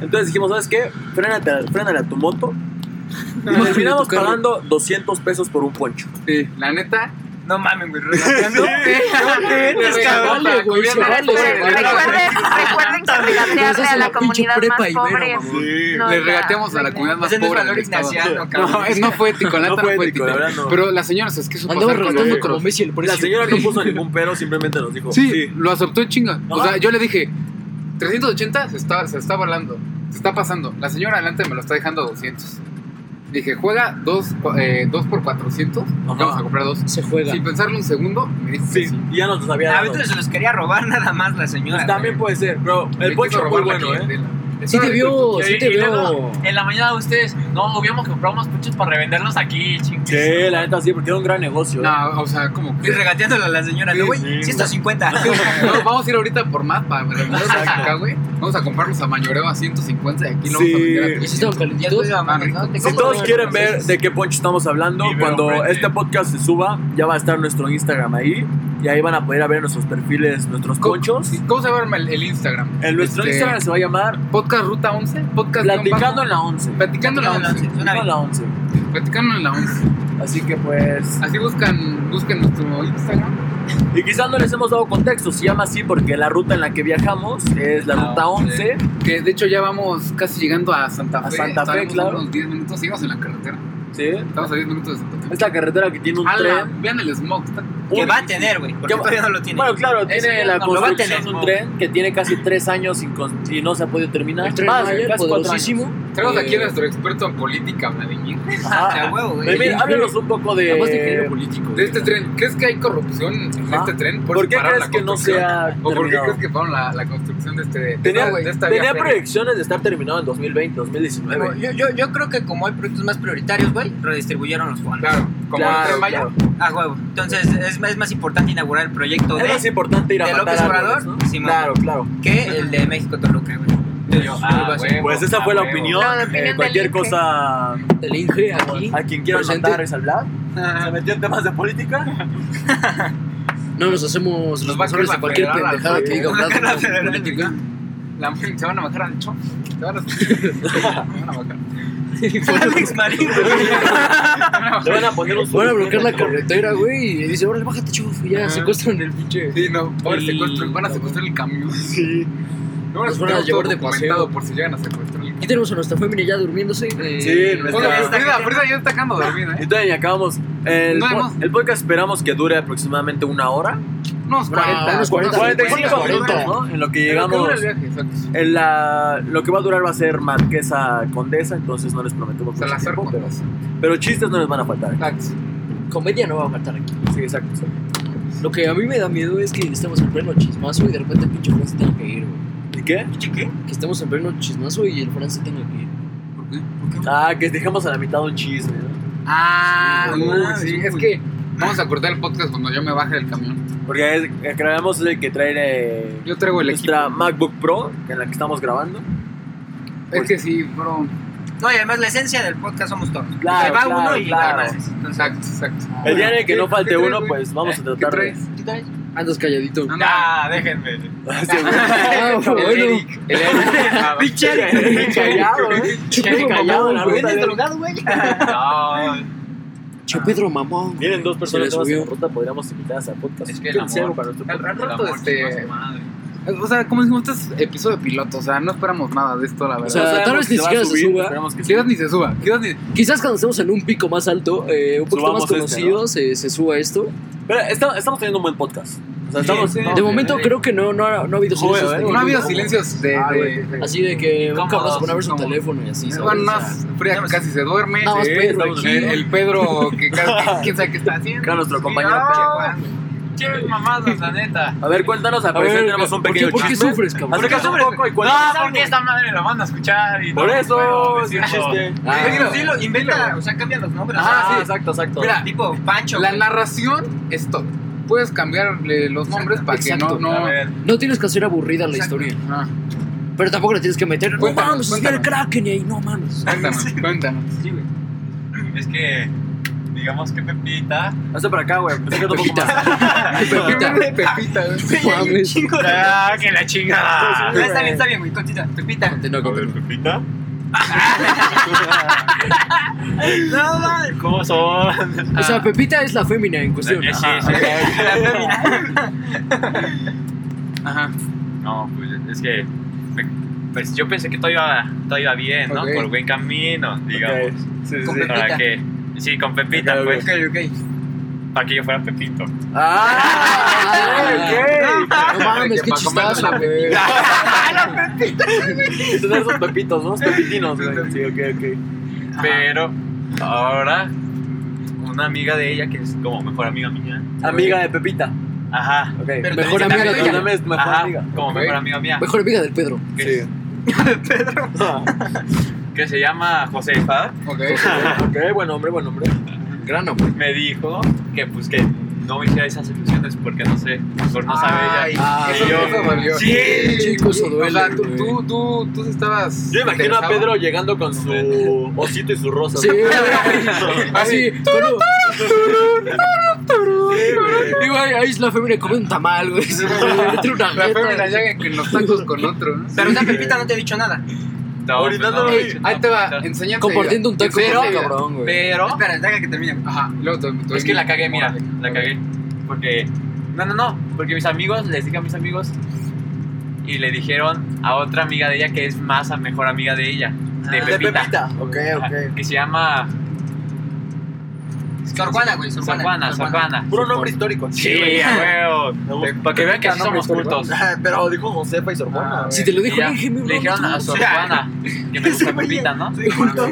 C: Entonces dijimos, ¿sabes qué? Frénate, frénale a tu moto. Y
D: Imagínate
C: terminamos
D: tu carro.
C: pagando 200 pesos por un poncho.
B: Sí, la neta.
G: No mames, güey. regateando.
B: Te
D: cabrón.
B: regalaron la
D: Vale, güey, se
B: cubierta.
D: vale, se vale.
E: Recuerden, recuerden que
D: Nos
E: regatearle
D: hace
E: a la
D: la pinche
E: comunidad
D: prepa
E: más
D: Ibero,
E: pobre.
D: mamón.
E: Sí.
B: Le regateamos a la comunidad más
G: Ese no es
B: pobre.
G: valor
B: del estado.
G: ignaciano,
B: No,
G: cabrón.
B: es- no fue ético, la
C: No
B: neta no
C: fue
B: fue
C: ético,
B: ético.
C: la verdad no.
B: Pero las señoras, es que su
D: Andaba relatando
B: pasar
D: como Messi el precio.
C: La señora no puso ningún pero, simplemente nos dijo,
B: Sí, lo aceptó en chinga. O
C: Ajá.
B: sea, yo le dije, 380 se está, se está balando, se está pasando. La señora adelante me lo está dejando a 200. Dije, juega 2 eh, dos por 400, vamos a comprar dos.
D: Se juega.
B: Sin pensarlo un segundo, me dijo que
C: Sí,
B: sí.
C: y ya nos los había
G: A
C: dado.
G: veces se los quería robar nada más la señora.
C: También puede ser, bro. El
B: Me
C: poncho
B: quiso
C: muy
B: robar la
C: bueno, ¿eh?
B: clientela.
D: Sí te vio, sí te
F: Y luego,
D: vio.
F: En la mañana ustedes, no, hubiéramos comprado más ponchos para revenderlos aquí, chingues.
C: Sí, la neta sí, porque era un gran negocio. ¿eh?
B: No, o sea, como
G: Y
B: que...
G: regateándole a la señora.
B: Sí,
G: No, güey,
C: sí,
G: 150.
B: No, vamos a ir ahorita por más para regalarlos acá, güey. Vamos a comprarlos a mayoreo a 150 y aquí lo vamos a
C: Sí.
B: vender a
D: Y si estaban
G: Ya
D: calentitos.
G: estoy mamando, ¿no? Te
C: Si
G: compro
C: todos
G: uno.
C: quieren ver de qué poncho estamos hablando,
F: Ibero
C: cuando
F: Frente.
C: este podcast se suba, ya va a estar nuestro Instagram ahí. Y ahí van a poder a ver nuestros perfiles, nuestros
B: ¿Cómo-
C: ponchos.
B: ¿Cómo se llama el, el Instagram?
C: En nuestro
B: Este,
C: Instagram se va a llamar
B: Podcast Ruta 11, podcast guión bajo.
C: Platicando en la 11.
B: Platicando en la 11.
G: Suena
C: Platicando en
G: bien.
C: la 11.
B: Platicando en la 11.
C: Así que pues.
B: Así buscan, buscan nuestro Instagram.
C: Y quizás no les hemos dado contexto, se llama así porque la ruta en la que viajamos es la
B: La
C: ruta 11.
B: Que de hecho ya vamos casi llegando a Santa Fe.
C: A Santa Fe,
B: Estaremos
C: claro.
B: unos 10 minutos, seguimos en la carretera.
C: ¿sí?
B: Estamos a 10 minutos de Santa Fe.
C: Es la carretera que tiene un
B: Ala,
C: tren.
B: vean el smog. está-
G: Que
C: Uy.
G: va a tener, güey. Porque
C: ¿Qué va-
G: todavía no lo tiene.
C: Bueno, claro, tiene
F: que
C: la
F: no lo va
G: a
C: construcción de
G: tener,
C: un
G: ¿no?
C: tren que tiene casi tres años sin con- y no se ha podido terminar.
D: El tren
C: Más,
D: Mayer,
C: casi cuatro
D: poderosísimo.
C: años.
B: Tenemos
C: Eh,
B: aquí a nuestro experto en este- Ah, política, Vladimir.
C: ajá.
G: A huevo, güey.
C: Emir, Ah, háblanos un poco de.
D: Además de ingeniero político.
B: De este tren, ¿crees que hay corrupción en
C: Ajá.
B: este tren?
C: ¿Por qué
B: parar
C: crees
B: la
C: que no
B: construcción?
C: sea
B: ¿O por qué
C: terminado?
B: crees que fueron la, la construcción de este de,
C: Tenía,
B: esta- de esta vía
C: tenía
B: férrea?
C: proyecciones de estar terminado en 2020,
G: Pero
C: 2019.
G: Yo, yo, yo creo que como hay proyectos más prioritarios, güey, redistribuyeron los fondos.
B: Claro, como el
C: Claro,
B: tren Maya.
C: claro.
G: A huevo. Entonces, es, más- es más importante inaugurar el proyecto
C: Es
G: de,
C: más importante ir a
G: de
C: matar
G: López
C: árboles,
G: Obrador
C: ¿no?
G: Simón,
C: Claro, claro.
G: que el de México-Toluca, güey. Entonces,
F: Yo,
G: algo
F: ah,
G: así.
F: huevo,
C: Pues esa
F: ah,
C: fue la
F: huevo.
C: opinión.
E: No, la
C: Eh,
E: opinión del
C: cualquier
E: Inge.
C: cosa
D: Del Inge aquí.
C: a quien quieran
D: Presente.
C: mandar es al Vlad. Se metió en temas de política.
D: No nos hacemos
B: Nos va a
D: responsables de
B: quedar
D: cualquier
B: la
D: pendejada que diga
G: federal, la
D: Vlad como
G: federal.
D: política.
B: La- se van a bajar al chon. Se van a, se van a bajar.
G: Alex Marín, güey.
C: Le van a poner un
D: Van a bloquear la carretera, güey. Y dice, órale, bájate, chuf. Y ya secuestran el pinche.
B: Sí, no, pobre,
D: Y-
B: secuestro- van a secuestrar el camión.
D: Sí.
B: No van a
D: Nos van
B: secuestrar
D: a
B: todo
D: llevar de
B: documentado
D: paseo.
B: por si llegan a secuestrar el
D: Aquí tenemos a nuestra familia ya durmiéndose. eh,
C: Sí,
B: camión. Bueno,
C: nuestra-
G: está-
B: Frida, Frida ya está dejando dormir, ¿eh?
C: Entonces ya acabamos. El,
B: No
C: po-
B: hemos-
C: el podcast esperamos que dure aproximadamente una hora.
B: Unos
D: Bravo,
B: 40.
D: unos 40,
C: 45
D: 40.
C: minutos, ¿no? En lo
B: Pero
C: que
B: que
C: llegamos.
B: dura el viaje, exacto.
C: en la- lo que va a durar va a ser Marquesa Condesa, entonces no les prometemos mucho
B: Salazar
C: tiempo, pero,
B: Cortés.
C: pero chistes no les van a faltar.
B: Exacto.
D: Comedia no va a faltar aquí.
C: Sí, exacto. exacto.
D: Lo que a mí me da miedo es que estamos en pleno chismazo y de repente el pinche Fran se tenga que ir, güey.
C: ¿Y qué?
D: Que estamos en pleno chismazo y el Fran se tenga que ir.
C: Ah, que dejamos a la mitad un chisme, ¿no?
B: Ah,
C: Sí,
B: uy,
C: mames,
B: sí, es que vamos a cortar el podcast cuando yo me baje del camión.
C: Porque es- acabamos de que traer eh,
B: Yo traigo el equipo.
C: nuestra MacBook Pro, en la que estamos grabando.
B: Es que sí, bro.
G: No, y además la esencia del podcast somos todos.
C: Claro,
G: Se va
C: claro,
G: uno y
C: claro.
G: nada más. Entonces,
B: Exacto, exacto.
C: El día en el que
B: ¿Qué-
C: no falte
B: qué traes,
C: uno,
B: güey?
C: pues vamos a
B: ¿Qué
C: tratar de...
B: traes?
D: Andas calladito.
B: Anda.
F: déjenme.
C: Sí, güey.
D: Ah,
B: El
D: bueno.
B: Eric, el Eric.
G: Pinche Eric.
C: Callado, ¿eh?
D: Che,
C: Callado, la
D: güey.
C: ruta,
G: ¿Vienes
C: güey.
G: drogado, güey?
F: No,
D: Che, Pedro Mamón.
C: Vienen dos
D: Se
C: personas
D: les
C: nuevas en
D: subió.
C: la ruta, podríamos invitarlas al podcast.
F: Es que el
C: Yo les
F: amor-
C: hago para nuestro
B: Al
C: podcast.
B: al
F: el
B: rato,
F: amor,
B: este.
F: chingas madre.
B: O sea, como decimos, este es episodio piloto, o sea, no esperamos nada de esto, la verdad.
D: O sea, tal vez ni siquiera se suba.
F: Esperamos que sí.
B: quizás ni se suba, quizás ni...
D: Quizás cuando estemos en un pico más alto, eh, un poquito
C: Subamos
D: más
C: este,
D: conocido, se, se suba esto.
C: Pero está- estamos teniendo un buen podcast. O sea, estamos.
G: Sí, sí.
D: De momento creo que no, no, ha, no ha habido
C: Joder,
D: silencios.
C: ¿eh?
D: de
B: No ha habido
D: ninguno.
B: silencios de...
F: Ah,
B: de-
F: güey.
D: Así de que un cabrón se pone a ver su
B: Incómodos,
D: teléfono y así. ¿sabes?
B: Bueno,
D: O sea,
B: más fría que casi se duerme.
D: Nada más
B: Sí,
D: Pedro
B: estamos
D: aquí.
B: en el, el Pedro que casi, quién sabe qué está haciendo.
C: Claro, nuestro compañero
B: Sí,
G: oh,
C: Pedro.
B: ah,
G: Qué mamadas, la neta.
C: A ver, cuéntanos, al
D: A
C: parecer
D: ver,
C: tenemos un
D: ¿por qué-
C: pequeño
D: ¿por qué
C: chisme.
D: sufres, cabrón?
C: Acerca-
D: ¿Por qué-
C: un poco y
G: No,
C: cuéntanos.
G: porque esta madre la van a escuchar y no
C: Por
G: puedo
C: eso, es un
G: decirlo.
C: chiste.
D: Ah,
G: Dilo, dilo, inventa, o sea, cambia los nombres.
C: Ah, sí,
G: Ah,
C: exacto, exacto.
B: Mira,
G: Tipo Pancho.
B: La
G: güey.
B: narración es todo. Puedes cambiarle los nombres para que no...
D: exacto.
B: no
G: A ver.
D: No tienes que hacer aburrida la
G: Exacto.
D: historia.
B: Ah,
D: Pero tampoco le tienes que meter. No
B: Cuéntanos,
D: mames, es que el Kraken y ahí, no mames.
B: cuéntanos, cuéntanos.
G: Sí, güey.
F: Es que, digamos que Pepita.
C: Hazte para acá, güey. Acércate un poco más.
D: Pepita. Pepita.
B: Pepita.
G: Sí, hay un
D: Mames.
G: chingo de-
F: ¡Ah, que la
G: Ah,
F: chingada!
G: Está bien, está bien, güey. Continúa. Pepita.
D: Continúa, continúa.
F: Pepita.
G: No, madre.
F: ¿Cómo son?
D: O sea, Pepita es la fémina en cuestión.
F: Sí, sí,
D: Ajá.
F: sí.
B: Ajá.
F: No, pues es que. me- pues yo pensé que todo iba, todo iba bien, ¿no?
B: Ok.
F: Por buen camino, digamos.
C: Sí, sí,
B: Con
C: sí.
B: Pepita.
F: Para que. Sí, con Pepita,
C: Ok,
F: pues.
G: Ok, ok.
F: Para que yo fuera Pepito.
D: Ah,
B: No
D: No mames, qué chistazo, güey.
C: Y tener esos pepitos, ¿no? Los pepitinos, güey. Sí, ok, ok.
F: Pero ahora, una amiga de ella, que es como mejor amiga mía.
C: Amiga de Pepita.
F: Ajá.
C: Ok.
G: Pero
D: Mejor amiga
G: te dicen
D: de
C: Pero
D: ella.
C: dame es mejor
F: Ajá,
C: amiga. Pues,
F: Como
B: Ok.
F: mejor amiga mía.
D: Mejor amiga del Pedro.
F: Que, es- que se llama Josefa.
B: Ok.
C: Ok, buen hombre, buen hombre.
D: Gran hombre.
F: Me dijo que pues que no me hiciera esas ilusiones porque no sé, por no sabe ella.
D: Ah,
B: eso
F: y yo-
B: eso dolió.
F: Sí.
D: Chicos, eso duele,
B: O sea, tú,
D: güey.
B: tú, tú, tú estabas.
C: Yo imagino a
B: interesado.
C: Pedro llegando con su osito y su rosa.
D: Sí, güey. Así, turu, Y güey, ahí es la fémina come un tamal, güey. Entre una
B: La
D: jeta.
B: fémina llega con los tacos con otro. ¿no?
G: Pero esta Pepita no te ha dicho nada.
F: No, pues,
C: Ahorita no,
F: me
C: güey.
F: dice,
B: Ahí
F: no,
B: te va,
F: pues, no.
B: enseñanza.
D: Compartiendo un taco
B: Pero,
D: con un cabrón, güey.
F: Pero
G: Espera, deja que termine.
B: Ajá, luego te- te-
F: es que la cagué, mira, la cagué. Porque no, no, no, porque mis amigos, les dije a mis amigos y le dijeron a otra amiga de ella que es más a mejor amiga de ella, de
G: Ah,
C: De
F: Pepita,
C: Pepita. Ok,
F: que se llama
G: Sor Juana, güey. Sor
F: San Juana,
G: Juana.
F: San Juana.
C: Puro nombre histórico.
F: Sí, Pues, a
C: Me
F: huevo.
C: gusta.
F: Para que vean que así
C: Nombre
F: somos
C: histórico.
F: cultos.
G: Ah,
C: Pero dijo Josefa y Sorbona.
D: Si te lo dijo,
F: Y ya,
D: dije, mi
F: Le dijeron a Sor Juana que me gusta Pepita, ¿no?
G: Sí, justo.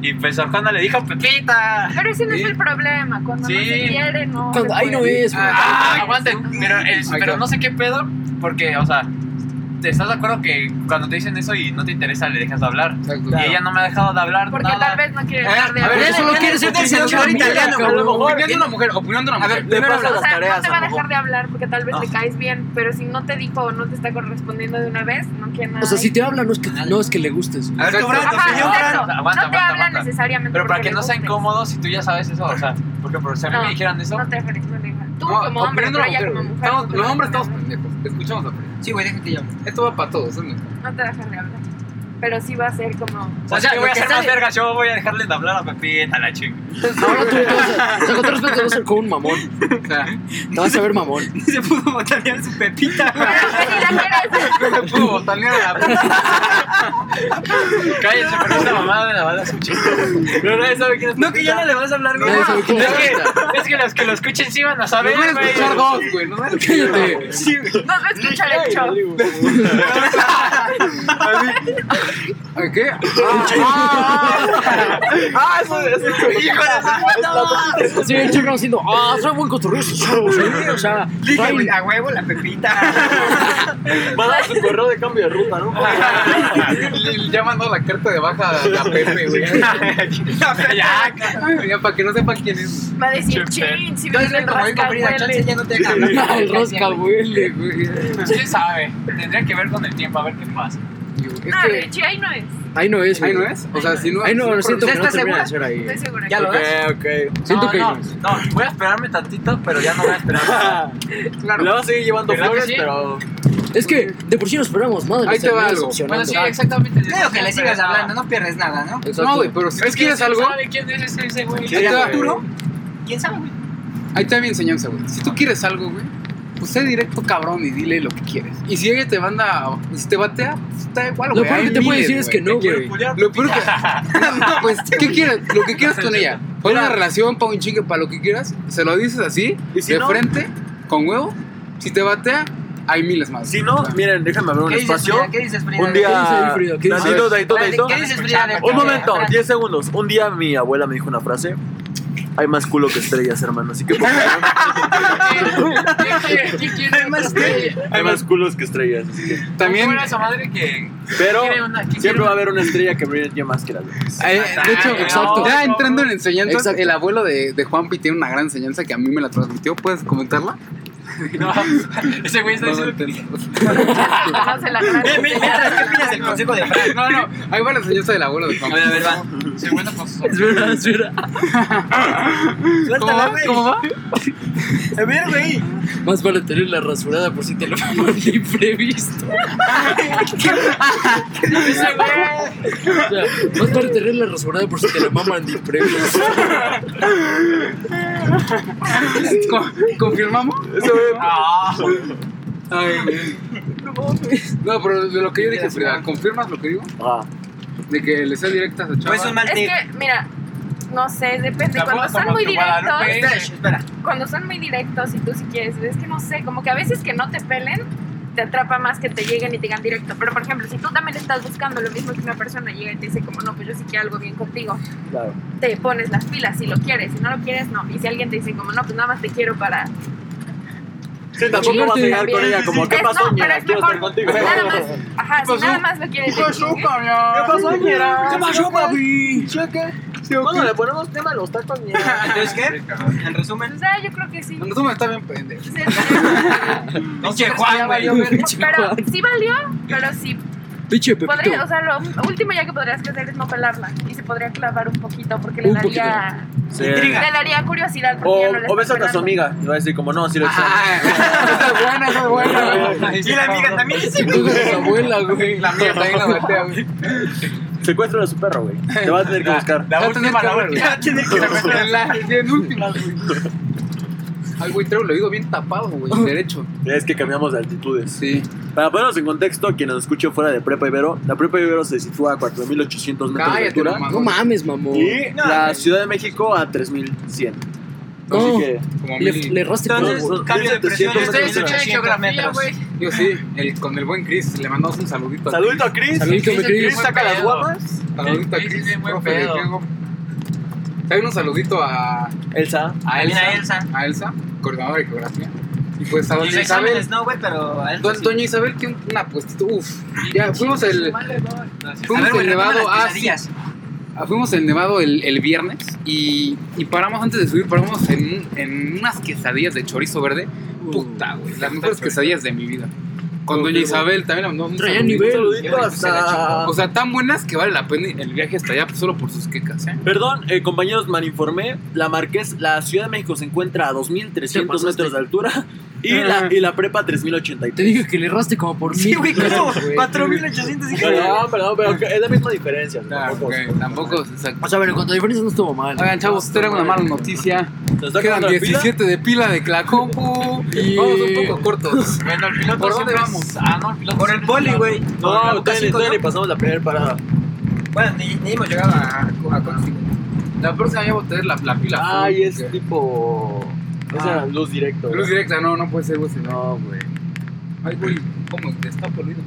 F: Y pues Sor Juana le dijo Pepita.
E: Pero ese no es
B: Sí.
E: el problema. Cuando no
F: Sí.
E: se quiere, no.
D: Cuando,
E: se
D: ahí no
E: puede.
D: es, güey.
F: Ah, aguante. Pero, el-
B: Ahí
F: pero
B: está.
F: no sé qué pedo, porque, o sea, ¿te estás de acuerdo que cuando te dicen eso y no te interesa, le dejas de hablar?
B: Exacto.
F: Y ella no me ha dejado de hablar.
E: Porque
F: nada.
E: tal vez no quiere
B: Eh,
E: hablar de
B: a ver,
D: Porque
E: algo.
D: solo
G: dale,
D: quieres ser
G: dale,
D: tu
G: dale,
D: pinche
G: ahorita,
D: amiga,
G: ya no,
D: cabrón.
C: a lo mejor.
B: Opinión de una mujer, opinión de una
G: A
B: mujer.
G: ver,
C: Le
G: primero
C: pasa
E: O
C: las
E: sea, no
C: tareas.
E: te va a dejar
C: mejor.
E: de hablar porque tal vez
C: No.
E: le caes bien, pero si no te dijo o no te está correspondiendo de una vez, no quiere nada.
D: O sea, si te habla, no es que, no es que le gustes. güey.
G: A ver, tú, Brando,
E: Ajá,
G: señor
E: exacto.
G: Brando.
F: Aguanta,
E: no
F: aguanta,
E: te
F: aguanta,
E: hablan
F: aguanta.
E: necesariamente.
F: Pero para
E: porque
F: que
E: le
F: no sea
E: gustes.
F: incómodo si tú ya sabes eso, o sea, porque por si a mí me dijeran eso,
E: No te reflejan. Tú
B: No,
E: como hombre,
B: opinión de
E: pero
B: una
E: ella
B: mujer,
E: como
B: güey.
E: mujer.
B: Estamos-
E: no
B: Los
E: te dejan
B: hombres
E: de
B: estamos
E: hablar.
B: pendejos. Escuchamos la opinión.
G: Sí, güey, déjate yo.
B: Esto va para todos, ¿eh?
E: No te dejan de hablar. Pero sí va a ser como.
F: o sea,
G: Porque
F: yo voy a
G: que
F: hacer más
G: sale-
F: verga, yo voy a dejarle de hablar a Pepita, la chinga.
D: Ahora tú, te vas a- o sea, con todo respeto, te vas a ser como un mamón.
B: O sea,
D: Te vas a ver mamón.
G: Ni se pudo botar bien su Pepita, güey.
B: no se pudo botanear a la puta.
F: Cállense, porque esta mamada me la van a escuchar.
C: Pero nadie sabe quién es
G: No, que ya no le vas a hablar, güey.
D: Nadie sabe quién
F: Es
D: es.
F: que, es que los que lo escuchen sí van a
B: A ver,
F: saber,
B: voy a
F: güey.
B: escuchar dos, güey. No sabes qué
D: Cállate.
G: Sí, güey.
E: Nos va a escuchar el show.
B: ¿A qué?
C: Ah, eso es.
G: Hijo de su puta madre.
D: Sí, el chico haciendo, ah, soy buen cotorreo. sí, O sea,
G: Dije,
D: soy-
G: güey, a huevo la Pepita.
C: Va a dar su correo de cambio de ruta, ¿no?
B: Le- le- Ya mandó la carta de baja a a Pepe, güey.
F: Ya,
B: Ay, Ya, para que no sepan quién es.
E: Va a decir,
F: Qué
E: chin, si ves
G: Entonces, güey,
E: el
G: como voy con Frida Chance,
E: rascahuele.
G: ya no te dejan hablar.
D: el rosca huele, güey.
B: Güey,
F: quién sabe. Tendría que ver con el tiempo, a ver qué pasa.
E: No,
B: Es
E: Richie, ahí no es.
D: Ahí no es,
B: que.
D: güey.
B: Ahí no es. O sea, si no.
D: Ahí no,
B: si
D: lo siento
B: ¿Ya
D: que no
B: estás
D: termina de
B: segura?
D: ser ahí. eh.
E: Estoy segura.
G: Ya lo
C: Ok,
G: ves.
C: ok.
D: Siento
F: no,
D: que
F: no,
D: no.
F: no, voy a esperarme tantito, pero ya no voy a esperar. nada.
C: Le vas a seguir llevando
F: ¿Verdad que
C: flores,
F: sí?
C: pero.
D: Es que de por sí nos esperamos madre.
B: Ahí
D: nos
B: te va
D: termina
B: algo.
D: decepcionando.
F: Bueno, sí, exactamente.
G: Creo que le sigas hablando, no pierdes nada, ¿no?
D: Exacto.
B: No, güey, pero si
F: Es que
B: quieres algo,
F: ¿Sabe quién es ese, ese güey?
B: ahí te va-
G: ¿Arturo? ¿Quién sabe, güey?
B: ahí te va mi enseñanza, güey. Si tú quieres algo, güey, pues sé directo, cabrón, y dile lo que quieres. Y si ella te manda, si te batea, pues da igual,
D: Lo
B: güey.
D: peor
B: hay
D: que te puede
B: miles,
D: decir es que no, güey.
B: Lo peor que. No, pues, ¿qué quieres? Lo que quieras con ella. Para una relación, para un chingue, para lo que quieras. Se lo dices así,
C: ¿Y si
B: de
C: no?
B: frente, con huevo. Si te batea, hay miles más.
C: Si no, miren, déjenme abrir un
G: ¿Qué dices,
C: espacio.
G: Frida? ¿Qué dices, Frida?
C: Un
D: ¿Qué dice
C: día.
D: ahí, Frida? ¿Qué dice?
C: Dadito, dadito,
G: Espérate,
C: dadito.
G: ¿Qué dices, Frida? A ver,
C: Un momento,
G: espérate.
C: 10 segundos. Un día mi abuela me dijo una frase. Hay más culo que estrellas, hermano. Así que por favor, hay más culos que estrellas. así que-
B: También,
F: Fuera esa madre que.
C: Pero
F: quiere una- que quiere
C: siempre va a
F: una-
C: haber una estrella que brille más que la luz.
B: eh, de hecho,
F: Ay,
B: exacto.
F: no,
B: Ya entrando en enseñanzas,
C: Exacto.
B: el abuelo de, de Juanpi tiene una gran enseñanza que a mí me la transmitió. ¿Puedes comentarla?
F: No, ese güey está
B: No, no,
F: diciendo.
B: entiendo.
E: No se la agradezco.
G: Mientras, ¿qué opinas del consejo de Fran?
B: no, no, hay buena enseñanza del abuelo de
F: A
B: Juanpi.
F: ver, a ver, va. Se cuenta con sus
D: Es verdad, es verdad.
B: ¿Cómo
G: Suéltala,
B: va?
G: güey.
B: ¿Cómo va?
G: A ver, güey.
D: Más vale tener la rasurada por si te lo pones imprevisto.
F: Ese güey.
D: O sea, más vale tener la rasurada por si te la maman de imprevisto.
B: ¿Con- ¿Confirmamos?
F: Ah,
B: Ay, güey. no, pero de lo que yo dije, Frida, ¿confirmas lo que digo?
C: Ah,
B: De que le sea directa a esa chava.
G: Pues un mal
E: Es
G: tip.
E: que, mira, no sé, depende.
F: La
E: Cuando
F: boda
E: son
F: como
E: muy
F: que Guadalupe.
E: directos,
G: Espera, espera.
E: cuando son muy directos y tú si quieres, es que no sé, como que a veces que no te pelen, te atrapa más que te lleguen y te digan directo. Pero por ejemplo, si tú también estás buscando lo mismo que una persona llega y te dice como, no, pues yo sí quiero algo bien contigo,
C: claro.
E: te pones las pilas si lo quieres, si no lo quieres, no. Y si alguien te dice como, no, pues nada más te quiero para...
C: Sí, tampoco vas a llegar con ella como, ¿qué
E: Es-
C: pasó,
E: no, pero
C: ñera?
E: es
C: Quiero estar
E: mejor,
C: contigo.
E: nada más, ajá, si nada más lo quieres decir, ¿eh?
C: ¿Qué pasó, papi?
G: Bueno,
C: le ponemos tema a los tacos, ñera?
G: Entonces, ¿qué? En resumen,
E: O sea, yo creo que sí.
B: Cuando tú me estás bien pendejo.
E: Sí, sí.
G: pinche Juan, güey.
E: Pero sí valió, pero sí
D: Pinche Pepito.
E: Podría, o sea, lo último ya que podrías hacer es no pelarla y se podría clavar un poquito porque le
D: Un
E: daría,
C: Sí.
E: le daría curiosidad. porque
C: O,
E: ya no la
C: o
E: estás
C: besas a tu
E: pelando.
C: amiga y va a decir como, no, si lo extraño.
B: Esa es buena, esa es buena.
G: Y la amiga también dice,
B: Entonces, tu abuela, güey. La mía también la batea, güey.
C: Secuestra a su perro, güey. Te va a tener que
E: Ah.
C: buscar.
B: Va
F: la
B: a tener
F: última,
B: que
F: la
B: ver,
F: última.
G: ya tiene que
B: En la en última, güey. Ay, güey, traigo lo digo bien tapado, güey. Derecho.
C: Es que cambiamos de altitudes.
B: Sí.
C: Para ponernos en contexto, quien nos escuche fuera de Prepa Ibero, la Prepa Ibero se sitúa a 4.800 metros de
B: Cállate,
C: altura
B: mamá.
D: No mames, mamón.
C: y
G: No,
C: la
G: güey.
C: Ciudad de México a 3.100.
D: No,
C: Así que, pues,
B: Como
D: le,
B: mil-
D: le erraste con
G: Entonces,
C: Como-
G: cambio de presión.
C: Ustedes
G: de
C: escuchan
G: 1800 metros.
B: Yo sí, el, con el buen Chris. Le mandamos un saludito. a
C: saludito a Chris.
D: Saludito, mi Cris.
C: saca las
F: pedo.
C: guapas.
B: Saludito a
F: Sí, sí,
B: Chris.
F: sí, buen
B: profe de
F: pedo.
B: griego. También un saludito a,
C: Elsa.
B: a
F: También
B: Elsa,
F: a Elsa.
B: a Elsa, coordinadora de geografía. Y pues a
G: Y
B: doña
G: los
B: Isabel.
G: exámenes no, güey, pero a él
B: Do-
G: sí.
B: Doña Isabel tiene una puestito. Uf, ya fuimos el,
G: A
B: fuimos
G: ver, güey,
B: el
G: recuerda
B: nevado.
G: las
B: Ah, sí,
G: pesadillas.
B: Ah, Fuimos en Nevado el, el viernes y, y paramos antes de subir, paramos en, en unas quesadillas de chorizo verde. Puta, güey. Las mejores quesadillas de mi vida. Con doña Isabel también le mandamos un
D: Traía
B: saludito.
D: nivel.
C: Saludito hasta...
B: O sea, tan buenas que vale la pena el viaje hasta allá pues, solo por sus quecas, ¿eh?
C: Perdón, eh, compañeros, malinformé. La Marqués, la Ciudad de México se encuentra a 2.300 metros de altura y la, y la prepa a
D: Te
C: 3.083.
D: dije que le erraste como por mí.
G: Sí, güey, como 4800 y
C: Perdón, perdón, pero es la misma diferencia. tampoco.
B: Ah, Tampoco, exacto.
D: O sea, pero en cuanto a diferencia no estuvo mal.
B: Oigan, chavos, traigo una mala noticia.
C: ¿Se está
B: Quedan
C: acabando la pila?
B: 17 de pila de Clacompu y vamos un poco cortos.
F: Bueno, el piloto
B: ¿Por dónde
F: siempre
B: vamos?
F: es- Ah, no, el piloto
G: Por el
F: siempre es
G: poli,
F: la-
G: güey.
C: No,
G: la
C: no, todavía ni-
G: cinco,
C: todavía ni
G: ¿no?
C: pasamos la primera parada.
G: Bueno, ni, ni hemos llegado a, a, Consigo.
B: La próxima ya voy a tener la, la pila. full,
C: Ay, es
B: porque-
C: tipo. Esa
B: Ah.
C: era luz directa.
B: Luz
C: güey.
B: directa, no, no puede ser, güey. si no.
C: No, güey.
B: Ay, güey, ¿cómo que está poluido?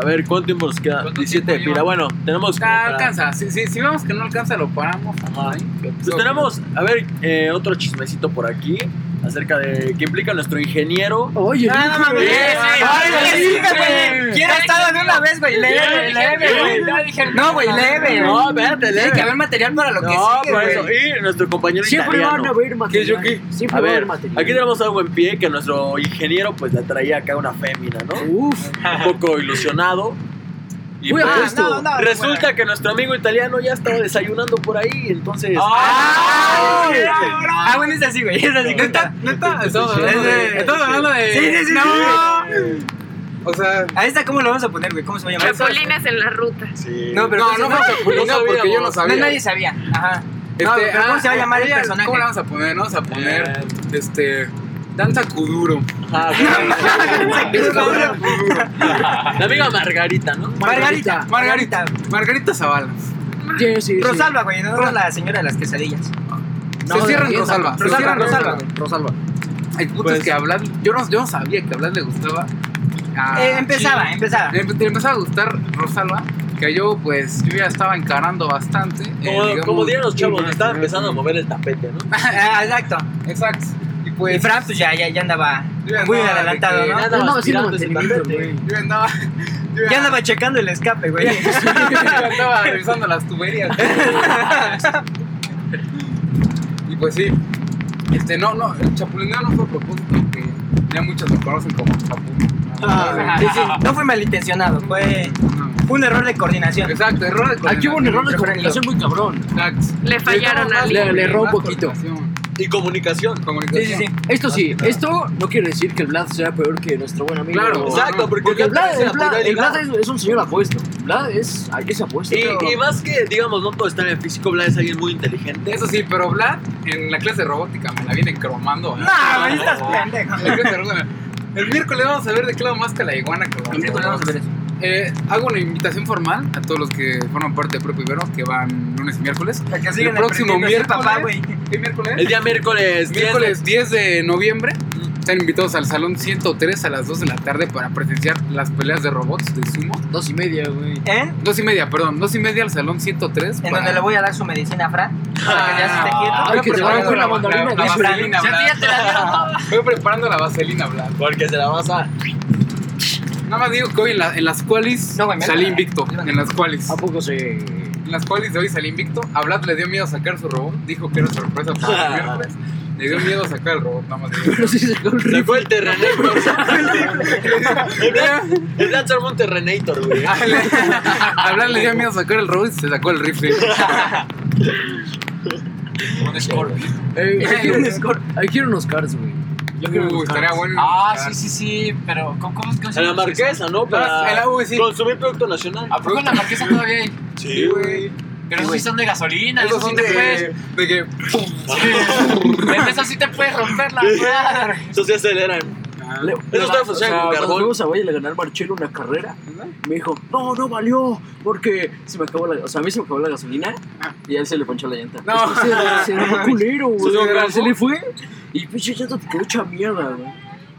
C: A ver, ¿cuánto tiempo nos queda?
F: ¿Cuánto
C: 17 de
F: tiempo
C: pila.
F: lleva?
C: Bueno, tenemos. como
B: Ah,
C: para-
B: alcanza. Si, si, si vemos que no alcanza, lo paramos.
C: Ajá.
B: Ahí.
C: Pues tenemos, a ver, eh, otro chismecito por aquí acerca de qué implica nuestro ingeniero.
D: Oye,
G: Nada
D: bien,
G: mames.
D: güey.
G: Ay,
B: güey,
G: sí,
B: sí,
G: güey. Quiero estado de una vez, güey. Leve, leve, güey. No, güey, leve,
C: No,
G: güey.
C: espérate,
G: Tiene que haber
C: leve.
G: material para lo que
C: No,
G: sigue,
C: por eso.
G: güey.
C: Y nuestro compañero
D: Siempre van a
C: italiano.
D: ver material.
B: yo qué?
D: Siempre
C: A
D: va a
C: ver,
D: haber material.
C: aquí tenemos algo en pie que nuestro ingeniero pues le traía acá una fémina, ¿no?
D: Uf,
C: Un poco ilusionado. Y
D: Muy
C: pues,
D: apuesto.
G: no, no,
C: Resulta
G: güey.
C: que nuestro amigo italiano ya estaba desayunando por ahí, entonces.
G: ¡Ah!
C: ¡Ay!
G: Ah, bueno, es así, güey. Es así.
B: Neta, neta, estamos hablando de. Estamos hablando de.
G: Sí, sí, sí,
B: No.
G: sí.
B: O sea.
G: A esta, ¿cómo lo vamos a poner, güey? ¿Cómo se va a llamar?
E: Chapulines en la ruta.
C: Sí.
B: No, pero no, no, vamos a poner,
C: no
B: no, porque yo no
C: sabíamos.
G: No,
B: sabía.
G: nadie sabía.
B: este,
G: Ajá. No, pero ¿cómo se va a llamar el personaje?
B: ¿Cómo le vamos a poner? No vamos a poner.
C: Eh,
B: Este. Danza Kuduro.
C: Ah, La amiga Margarita, ¿no?
G: Margarita.
B: Margarita. Margarita Zavala.
D: Sí, sí, sí.
G: Rosalba, güey, no era la señora de las quesadillas.
B: se cierran Rosalba. se
G: Rosalba,
B: cierran
G: Rosalba. güey.
B: Rosalba. El punto
C: Pues-
B: es que a Vlad, yo no, yo no sabía que a Vlad le gustaba. a
G: Eh, empezaba, empezaba.
B: Le empe- le empezó a gustar Rosalba, que yo pues yo ya estaba encarando bastante. eh,
C: Como,
B: digamos-
C: como dirían los chavos, me estaba
B: Ujú.
C: empezando a mover el tapete, ¿no?
G: Ah, Exacto.
B: Exacto. Y pues
G: Y Fran, pues ya, ya, ya andaba
B: yo ya
G: muy
B: andaba de
G: adelantado,
B: que-
G: ¿no?
C: Nada
D: no,
C: más
D: sí, no,
C: tirando ese
D: mantenimiento,
C: tapete.
D: güey.
B: Yo ya andaba. Yo
G: Ya andaba checando el escape, güey.
B: yo andaba revisando las tuberías. y pues sí. Este, no, no, el chapulineo no fue a propósito, que ya muchos me conocen como chapulín.
G: Ah, sí, sí, No fue malintencionado, fue fue un error de coordinación.
B: Exacto, error de
D: Aquí hubo un error de
G: Micrófono.
D: comunicación muy cabrón.
B: Exacto.
E: Le fallaron a alguien.
D: Le- le erró un poquito.
B: Comunicación.
C: Y comunicación.
G: Sí, sí,
B: Comunicación.
G: sí.
D: Esto sí, esto no quiere decir que el Vlad sea peor que nuestro buen amigo.
B: Claro,
D: O-
C: Exacto, porque,
D: Porque el
C: Vlad
D: Vlad,
C: también se
D: el
C: la podría
D: Vlad- el
C: librar.
D: Vlad es, es un señor apuesto. Vlad es, ay, es apuesto.
C: Y, y más que, digamos, no todo está en el físico, Vlad es alguien muy inteligente.
B: Eso sí, pero Vlad en la clase de robótica me la viene cromando.
G: No,
B: ¿verdad?
G: güey, estás
B: Ah.
G: pendejo.
B: En la clase de robótica. El miércoles vamos a ver de qué lado más que la iguana. que la-
G: El miércoles vamos a ver eso.
B: Eh, hago una invitación formal a todos los que forman parte de Propio Ibero, que van lunes y miércoles.
G: El que
B: El próximo
G: aprendiendo a ser
B: miércoles.
G: papá, güey.
B: ¿Qué miércoles?
C: El día miércoles,
B: miércoles 10 de noviembre.
C: Mm.
B: Están invitados al Salón 103 a las 2 de la tarde para presenciar las peleas de robots de sumo.
D: Dos y media, güey.
G: ¿Eh?
B: 2 y media, perdón. 2 y media al Salón 103.
G: En
B: para- Ah,
G: donde le voy a dar su medicina a Fran. Para que ya se
F: ah,
G: esté quieto.
D: Ay, que te
B: preparando
D: van con la mandarina
B: la- la
D: de
B: vaselina,
D: Fran.
B: Vlad. Voy preparando la vaselina, Vlad.
C: Porque se la vas a.
B: Nada más digo que hoy en, la- en las cuales
G: No, güey, me-
B: salí invicto. En las cuales.
D: ¿A poco se.?
B: En las cuales de hoy salí invicto. A Vlad le dio miedo sacar su robot. Dijo que era sorpresa para el
D: Ah.
B: miércoles. Le dio miedo sacar el robot, nada más. digo.
D: Pero sí sacó el
C: Se
D: rifle.
C: fue el Terrenator. el, Vlad, el Vlad se armó un Terrenator, güey. Ah,
B: A le- a Vlad le dio miedo sacar el robot y se sacó el rifle.
F: ah,
C: Un Scorpio.
D: Eh, hay, que-
G: Un score.
D: hay que ir a unos cars, güey. Yo quiero
B: Uy,
D: unos
B: estaría
D: cars.
B: bueno.
D: Ah,
B: buscar.
D: sí, sí.
F: sí, pero ¿cómo, cómo, cómo
C: A la marquesa, ¿no?
B: Ah, en
C: Para
B: la UV, sí.
C: consumir producto nacional.
F: ¿A poco en la marquesa todavía hay?
C: Sí, güey.
F: Pero esos sí son de gasolina,
B: Esos
F: esos sí
B: son
F: te puedes.
B: de,
D: pues.
B: de que.
F: En esos sí te puedes romper la rueda.
C: Eso sí aceleran.
B: Ah,
D: Le-
C: Eso está
D: pues, o
C: funcionando
D: sea,
C: con
D: cuando
C: carbón.
D: fuimos a Valle a ganar Marchelo una carrera, me dijo, no, no valió, porque se me acabó la, o sea, a mí se me acabó la gasolina y a él se le ponchó la llanta.
B: No.
D: Es que se, se le fue culero, güey.
C: Ah. ¿Sos go-kart,
D: Se
C: no?
D: le fue y pues, pinche llanta te quedó hecha mierda, güey.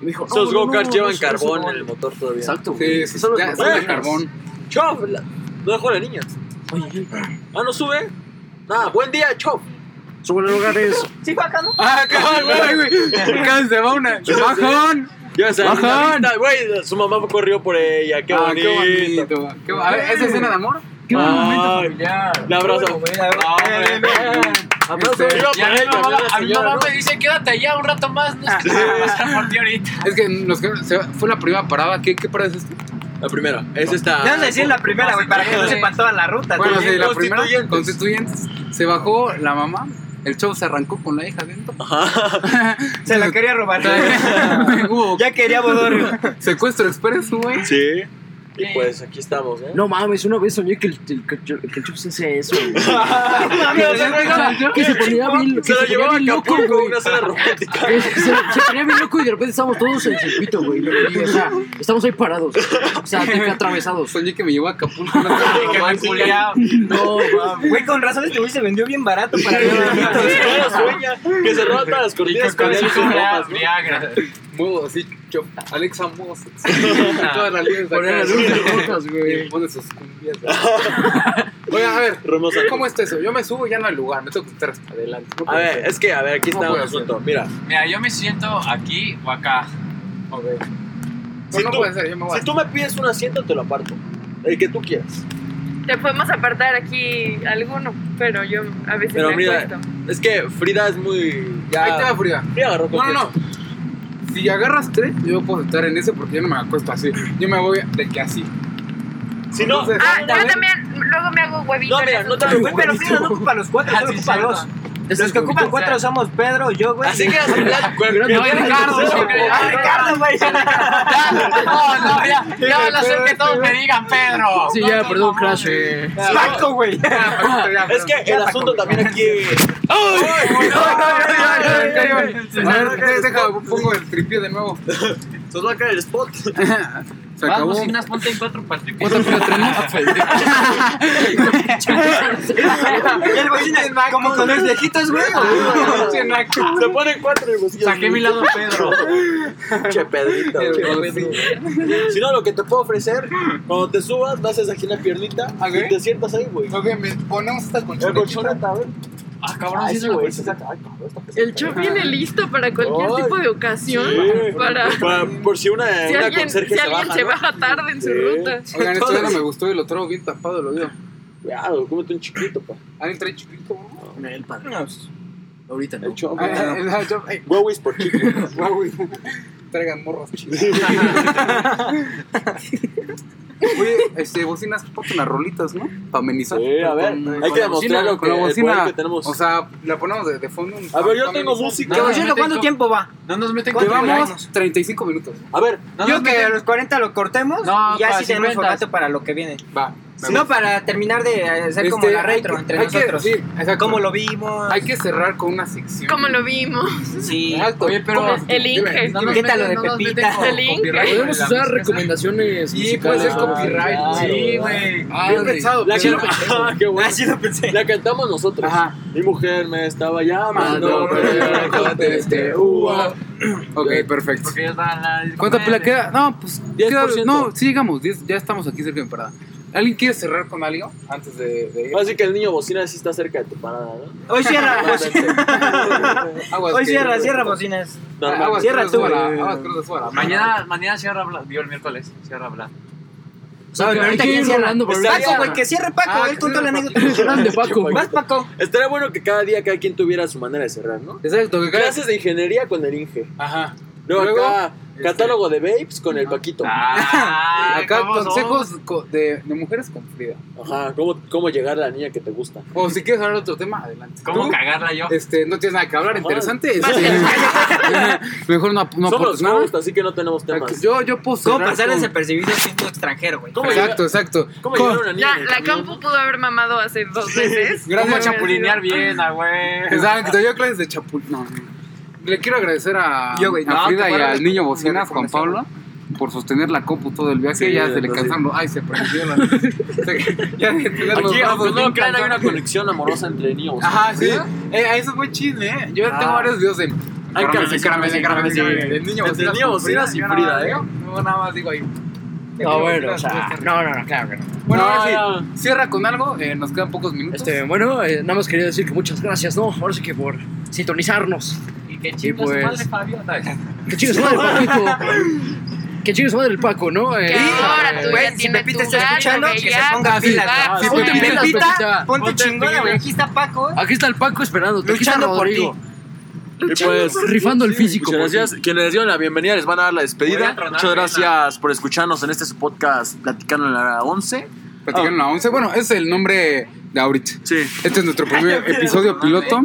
D: Y me dijo, no,
C: Esos
D: no, no,
C: go-karts
D: no,
C: llevan
D: eso- eso
C: carbón
D: no".
C: en el motor todavía.
D: Exacto,
B: Sí,
D: güey.
B: sí,
D: Son los
B: ya, son
D: motores.
B: de carbón.
C: Chof, la- no dejó a la niña.
D: Oye, oye,
C: Ah, no sube. Nada, buen día, Chof.
D: sobre los lugares.
G: Sí, fue acá, ¿no?
B: Ah, cabrón, güey. Acá se va una. ¡Bajón!
C: Ya se
D: Bajan.
C: Linda, Güey, su mamá corrió por ella. Qué
B: Ah,
C: bonito.
B: qué bonito. Qué bo- A ver, ¿esa escena de amor?
D: Qué buen momento
C: Ay,
D: familiar.
C: La abrazo.
G: Bueno, bueno,
C: Ah,
G: bueno,
C: bueno.
G: bueno.
D: Aplausos.
B: Este,
C: Iba
F: Y a
C: por
F: mí
C: él,
F: mi mamá,
C: también la
F: Ah, a mi
C: señora,
F: mamá
C: ¿no?
F: me dice, quédate allá un rato más, no es que te voy a buscar por ti ahorita.
B: Es que nos quedaron- se- fue la primera parada. ¿Qué, qué parada es esta?
C: La primera. Es
B: Ah,
C: esta.
G: Deben decir la primera, güey, para que no sepan toda la ruta.
B: Bueno,
G: güey.
B: sí, la primera.
C: Constituyentes.
B: Constituyentes. Se bajó la mamá. El show se arrancó con la hija adentro.
C: Ajá.
G: Se la quería robar. güey.
B: Hubo
G: Ya quería bodorrio.
B: secuestro expreso, güey.
C: Sí. Y pues aquí estamos, ¿eh?
D: No mames, una vez soñé que el, el, que el, que el Chups hacía eso, güey.
G: Ah,
D: que se ponía bien, que
C: Se lo
D: se ponía
C: llevaba a
D: bien loco,
C: Acapulco
D: güey.
C: una sala romántica.
D: Que Se, se ponía bien loco y de repente estábamos todos en el circuito, güey. Y, o sea, estamos ahí parados. O sea, de que atravesados.
B: Soñé que me llevó a Acapulco. una cosa
F: Que me
B: romántica.
F: culeaba.
D: No, mames.
G: Güey, con razón este güey se vendió bien barato para
C: Sí,
G: los
C: ahora sueña que se roba todas las cortinas
F: Con
C: con él y
F: eso
C: sus
F: era
C: ropas, ¿no?
F: Viagra.
B: Modo así, yo, Alexa modo sexual. Toda la línea de
D: Ponía las luces rojas,
B: Y
D: güey.
B: pone sus cumbias. Oye, a ver.
C: Hermosa.
B: ¿Cómo está eso? Yo me subo ya no al lugar. Me tengo que estar hasta adelante. No
C: A
B: puede
C: ver,
B: ser.
C: es que, a ver, aquí
B: No
C: está un
B: puede ser.
C: asunto. Mira,
F: Mira, yo me siento aquí o acá.
B: No,
C: si
B: no
C: tú-
B: puede ser. Yo me voy
C: si tú me pides un asiento, te lo aparto. El que tú quieras.
E: Te podemos apartar aquí alguno, pero yo a veces
C: Pero
E: me
C: mira,
E: acuesto.
C: es que Frida es muy.
B: a. Ahí te
C: Ya.
B: va, Frida.
C: Frida agarró
B: No, no, no.
C: confianza.
B: Si agarras tres, yo puedo estar en ese porque yo no me acuesto así. Yo me voy de que así.
C: Si no,
B: Entonces,
E: Ah,
C: ándale.
E: yo también, luego me hago huevito.
C: eh, No,
E: en
C: mira,
E: esos
C: no te
E: lugares.
G: Güey, pero Frida no ocupa los cuatro,
F: Ah,
G: solo
F: sí,
G: ocupa
F: cierto.
G: dos. Los que ocupan cuatro somos Pedro, yo, güey.
F: Así que a Soledad. No,
G: Pedro,
F: Ricardo.
G: Pedro,
F: güey.
G: Pedro.
F: Ah, Ricardo, güey. Ya, No, no, ya. Ya van a hacer que todos me digan Pedro.
D: Sí, ya, perdón, Crash. eh.
G: Saco, güey.
C: Es que el asunto también aquí.
B: A ver, deja, pongo el tripié de nuevo.
C: Se nos va a caer el spot.
B: Se acabó.
F: unas ponte en cuatro para tripié.
B: Otra fila tenemos.
G: Y el bocina, como con los viejitos, güey.
C: Se ponen cuatro y pues,
F: Saqué mi lado Pedro.
C: Che pedrito.
B: Eh, Pero sí.
C: Si no, lo que te puedo ofrecer, cuando te subas, le haces aquí la piernita
B: Ok.
C: y te sientas ahí, güey.
B: Ok, me ponemos esta
C: El
B: colchoneta.
C: colchoneta, a ver.
F: Ah, cabrón,
C: Ay,
F: sí
C: sí,
F: se lo
C: güey, sí, saca. Ay, cabrón, está pesado.
H: El chef viene listo para cualquier
C: Ay,
H: tipo de ocasión.
C: sí.
H: Para
C: Pa- Por si una,
H: si
C: una
H: alguien,
C: conserje
H: si
C: se
H: alguien
C: baja,
H: se
C: ¿no?
H: baja tarde en su
C: Sí.
H: ruta.
B: Oigan, esto ya no me gustó y lo traigo bien tapado, lo digo.
C: Cuidado, cómete un chiquito, pa.
B: ¿Alguien trae chiquito? bro?
D: El padre. Ahorita no.
C: El chombo.
B: Ah, ah, yo- ay,
C: Huevis por chico.
B: guau, güey. Traigan morros chidos. Oye, este, bocinas, ponte unas rolitas, ¿no? Para amenizar.
C: Sí, a ver,
B: Con-
C: hay
B: con
C: que
B: la bocina,
C: demostrar lo
B: con la
C: que, el
B: bocina.
C: poder que tenemos.
B: O sea, la ponemos de, de fondo. un-
C: a ver, yo
B: pa-
C: tengo
B: amenizar.
C: música.
G: Que por cierto, ¿cuánto tiempo va?
F: No nos meten con
B: Llevamos 35 minutos.
C: A ver,
G: Yo que a los 40 lo cortemos
F: No,
G: y ya
F: para
G: sí tenemos
F: 50.
G: formato para lo que viene.
B: Va.
G: Si no, para terminar de hacer como
B: Este,
G: la retro
B: hay que-
G: entre
B: hay que-
G: nosotros.
B: sí, exacto.
G: Cómo lo vimos.
B: Hay que cerrar con una sección.
H: Como lo vimos.
G: Sí.
B: Exacto.
F: Oye, pero-
B: ¿Cómo?
H: El
B: Dime,
H: Inge.
B: dime.
G: ¿Qué tal lo de Pepita?
H: El Inge.
D: Podemos usar recomendaciones. Ah,
B: Y puede ser copyright.
C: claro.
B: Sí,
F: güey.
B: bien pensado.
C: la,
B: pero-
C: cantamos, qué
B: Ah,
C: bueno.
G: Así lo pensé.
C: la cantamos nosotros.
B: Ajá. Ah,
C: Mi mujer me estaba
B: Mando,
C: llamando.
B: pero
C: pero
B: corte este,
C: este,
B: uva. Ok, perfecto.
F: Porque ellos van a la.
B: ¿Cuánta pila queda? No, pues.
C: 10%.
B: queda- no, sí, llegamos. 10, ya estamos aquí cerca de mi parada. ¿Alguien quiere cerrar con algo antes de, de ir?
C: Así que el niño bocina sí está cerca de tu parada, ¿no?
G: Hoy cierra,
B: Aguas que-
G: hoy cierra, cierra bocinas.
C: No,
B: Ah,
C: no.
B: Aguas
G: Cierra
B: cierra
G: tú.
B: tú. Aguas Cruz de Suara.
F: Mañana, mañana cierra Bla. Digo el miércoles. Cierra Bla.
G: No, pero ahorita quién cierra. Paco, güey, que cierre Paco.
B: Ah,
G: Él
B: que
G: contó la
B: cierre
G: anécdota.
D: de Paco.
G: Vas, Paco.
C: Estaría bueno que cada día cada quien tuviera su manera de cerrar, ¿no?
B: Exacto, que caes.
C: Clases de ingeniería con el Inge.
B: Ajá.
C: Luego,
B: Luego,
C: acá,
B: este-
C: catálogo de vapes con el Paquito.
F: Ah,
B: Acá
F: ¿cómo son?
B: consejos co- de, de mujeres con Frida.
C: Ajá, ¿cómo, cómo llegar a la niña que te gusta.
B: O si quieres hablar de otro tema, adelante.
F: ¿Cómo
B: Tú,
F: cagarla yo?
B: Este, no tienes nada que hablar,
C: Ajá.
B: interesante. este, Mejor no, ap- no
C: Somos
B: aportes
C: los
B: nada.
C: hosts, así que no tenemos temas.
B: Yo, yo puedo
G: ¿Cómo
B: cerrar
G: pasar
B: con-
G: desapercibido siendo extranjero, güey?
C: ¿Cómo llegar-
B: Exacto, exacto.
C: ¿Cómo llegar a una niña?
H: La,
C: en el
H: la
C: camión?
H: campo pudo haber mamado hace dos veces.
B: Gracias.
F: ¿Cómo chapulinear bien, ah, güey?
B: Exacto, yo clases de chapul. No, no. Le quiero agradecer a,
G: Yo, güey,
B: a
G: no,
B: Frida y
G: te guardo
B: al
G: la-
B: niño
G: la
B: Bocinas, Juan
G: recomendación.
B: Pablo, por sostener la copu todo el viaje.
C: Sí,
B: ya se le
C: entonces-
B: cansaron. los- Ay, se prendió la. se- ya de tener los
C: Aquí,
B: brazos
C: aunque no
B: bien
C: lo crean, hay una
B: cansados.
C: conexión amorosa entre niños.
B: Ajá, sí. Eh, eso fue chisme, ¿eh? Yo
C: Ah.
B: tengo varios videos en.
C: Ay,
B: Caramel,
C: Caramel,
B: caramel,
C: Caramel,
B: caramel,
C: Caramel,
B: caramel. El niño
C: Entre
B: Bocinas.
C: niño
B: con
C: Bocinas y
B: yo
C: Frida,
B: nada,
C: ¿eh?
B: Yo nada más digo ahí.
D: No, bueno, o
B: Bocinas,
D: sea,
B: pues,
D: no, no, no, claro que no.
B: Bueno,
C: No,
B: ahora
C: ya.
B: sí, cierra con algo. eh, nos quedan pocos minutos.
D: Este, bueno, eh, nada más quería decir que muchas gracias, ¿no? Ahora sí que por sintonizarnos.
F: Y que chingo
D: pues-
F: su madre, Fabio. No,
D: Que chingue su madre el Paquito. Que chingue su madre el Paco, ¿no? Eh,
H: Que ahora tú
G: Güey,
H: ya
G: si
H: tienes
G: Pepita
H: tu
G: está
H: gallo,
G: escuchando,
H: güey,
G: que se
H: ya,
G: ponga
H: pues,
G: pilas,
H: va,
G: ¿no?
H: sí,
D: Sí,
H: güey.
D: ponte pilas.
G: Pepita,
D: Pepita.
G: ponte
F: Ponte
G: chingona, güey.
F: pilas.
G: Aquí está Paco.
D: Aquí está el Paco esperando. Aquí está
G: Luchando por
D: Rodrigo.
C: Y pues,
D: Rifando el físico.
C: muchas
D: por ti.
C: gracias. Quienes les dieron la bienvenida les van a dar la
F: Voy
C: despedida.
F: a tronar
C: Muchas
F: vena.
C: gracias por escucharnos en este su podcast Platicando en la 11.
B: Platicaron la 11. Bueno, ese es el nombre de ahorita.
C: Sí.
B: Este es nuestro primer episodio piloto.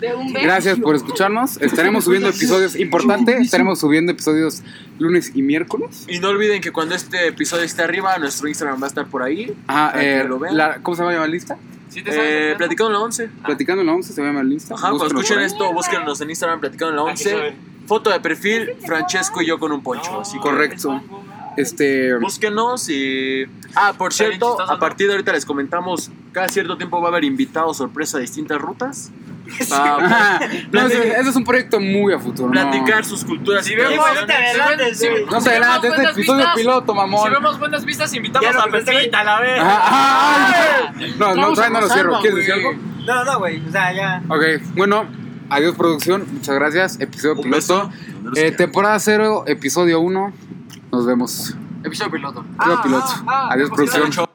H: De un beso.
B: Gracias por escucharnos. Estaremos subiendo episodios importantes. Estaremos subiendo episodios lunes y miércoles.
C: Y no olviden que cuando este episodio esté arriba, nuestro Instagram va a estar por ahí.
B: Ajá,
C: Para que
B: eh,
C: lo vean.
B: la- ¿Cómo se va a llamar lista?
F: ¿Sí te sabes
C: Eh,
F: el tema?
C: Platicando en la 11.
B: Platicando en la 11 se va a llamar lista.
C: Ajá, cuando
B: Búsquenos
C: escuchen
B: por ahí.
C: esto, búsquenos en Instagram Platicando en la
F: Aquí se
C: 11.
F: ve.
C: Foto de perfil, Francesco y yo con un poncho. Así que
B: Correcto. Este.
C: Búsquenos y... Ah, por
F: Está bien
C: cierto,
F: chistoso,
C: a
F: ¿no?
C: partir de ahorita les comentamos, cada cierto tiempo va a haber invitados sorpresa a distintas rutas. Para
B: Ajá. No, ese, ese es un proyecto muy a futuro. no.
C: platicar sus culturas.
F: Si
C: y
F: vemos-
C: demás.
F: te adelantes,
G: sí.
B: No se adelante,
H: pues,
B: este es episodio piloto,
F: Si
B: mamón.
F: vemos buenas vistas,
G: Ya
F: invitamos
G: lo
F: a Pepita.
G: a la vez.
B: Ajá, ajá,
H: ¿eh?
B: ay. No, no, todavía no lo cierro. ¿Quieres decir algo?
G: No, no, güey. O sea, ya.
B: Ok, bueno, adiós producción, muchas gracias, episodio
C: Un
B: piloto,
C: beso. Donde los
B: Eh,
C: quieran.
B: temporada 0, episodio 1, nos vemos,
F: Episodio piloto. Ah, pues,
B: episodio piloto, adiós producción.
C: Chao.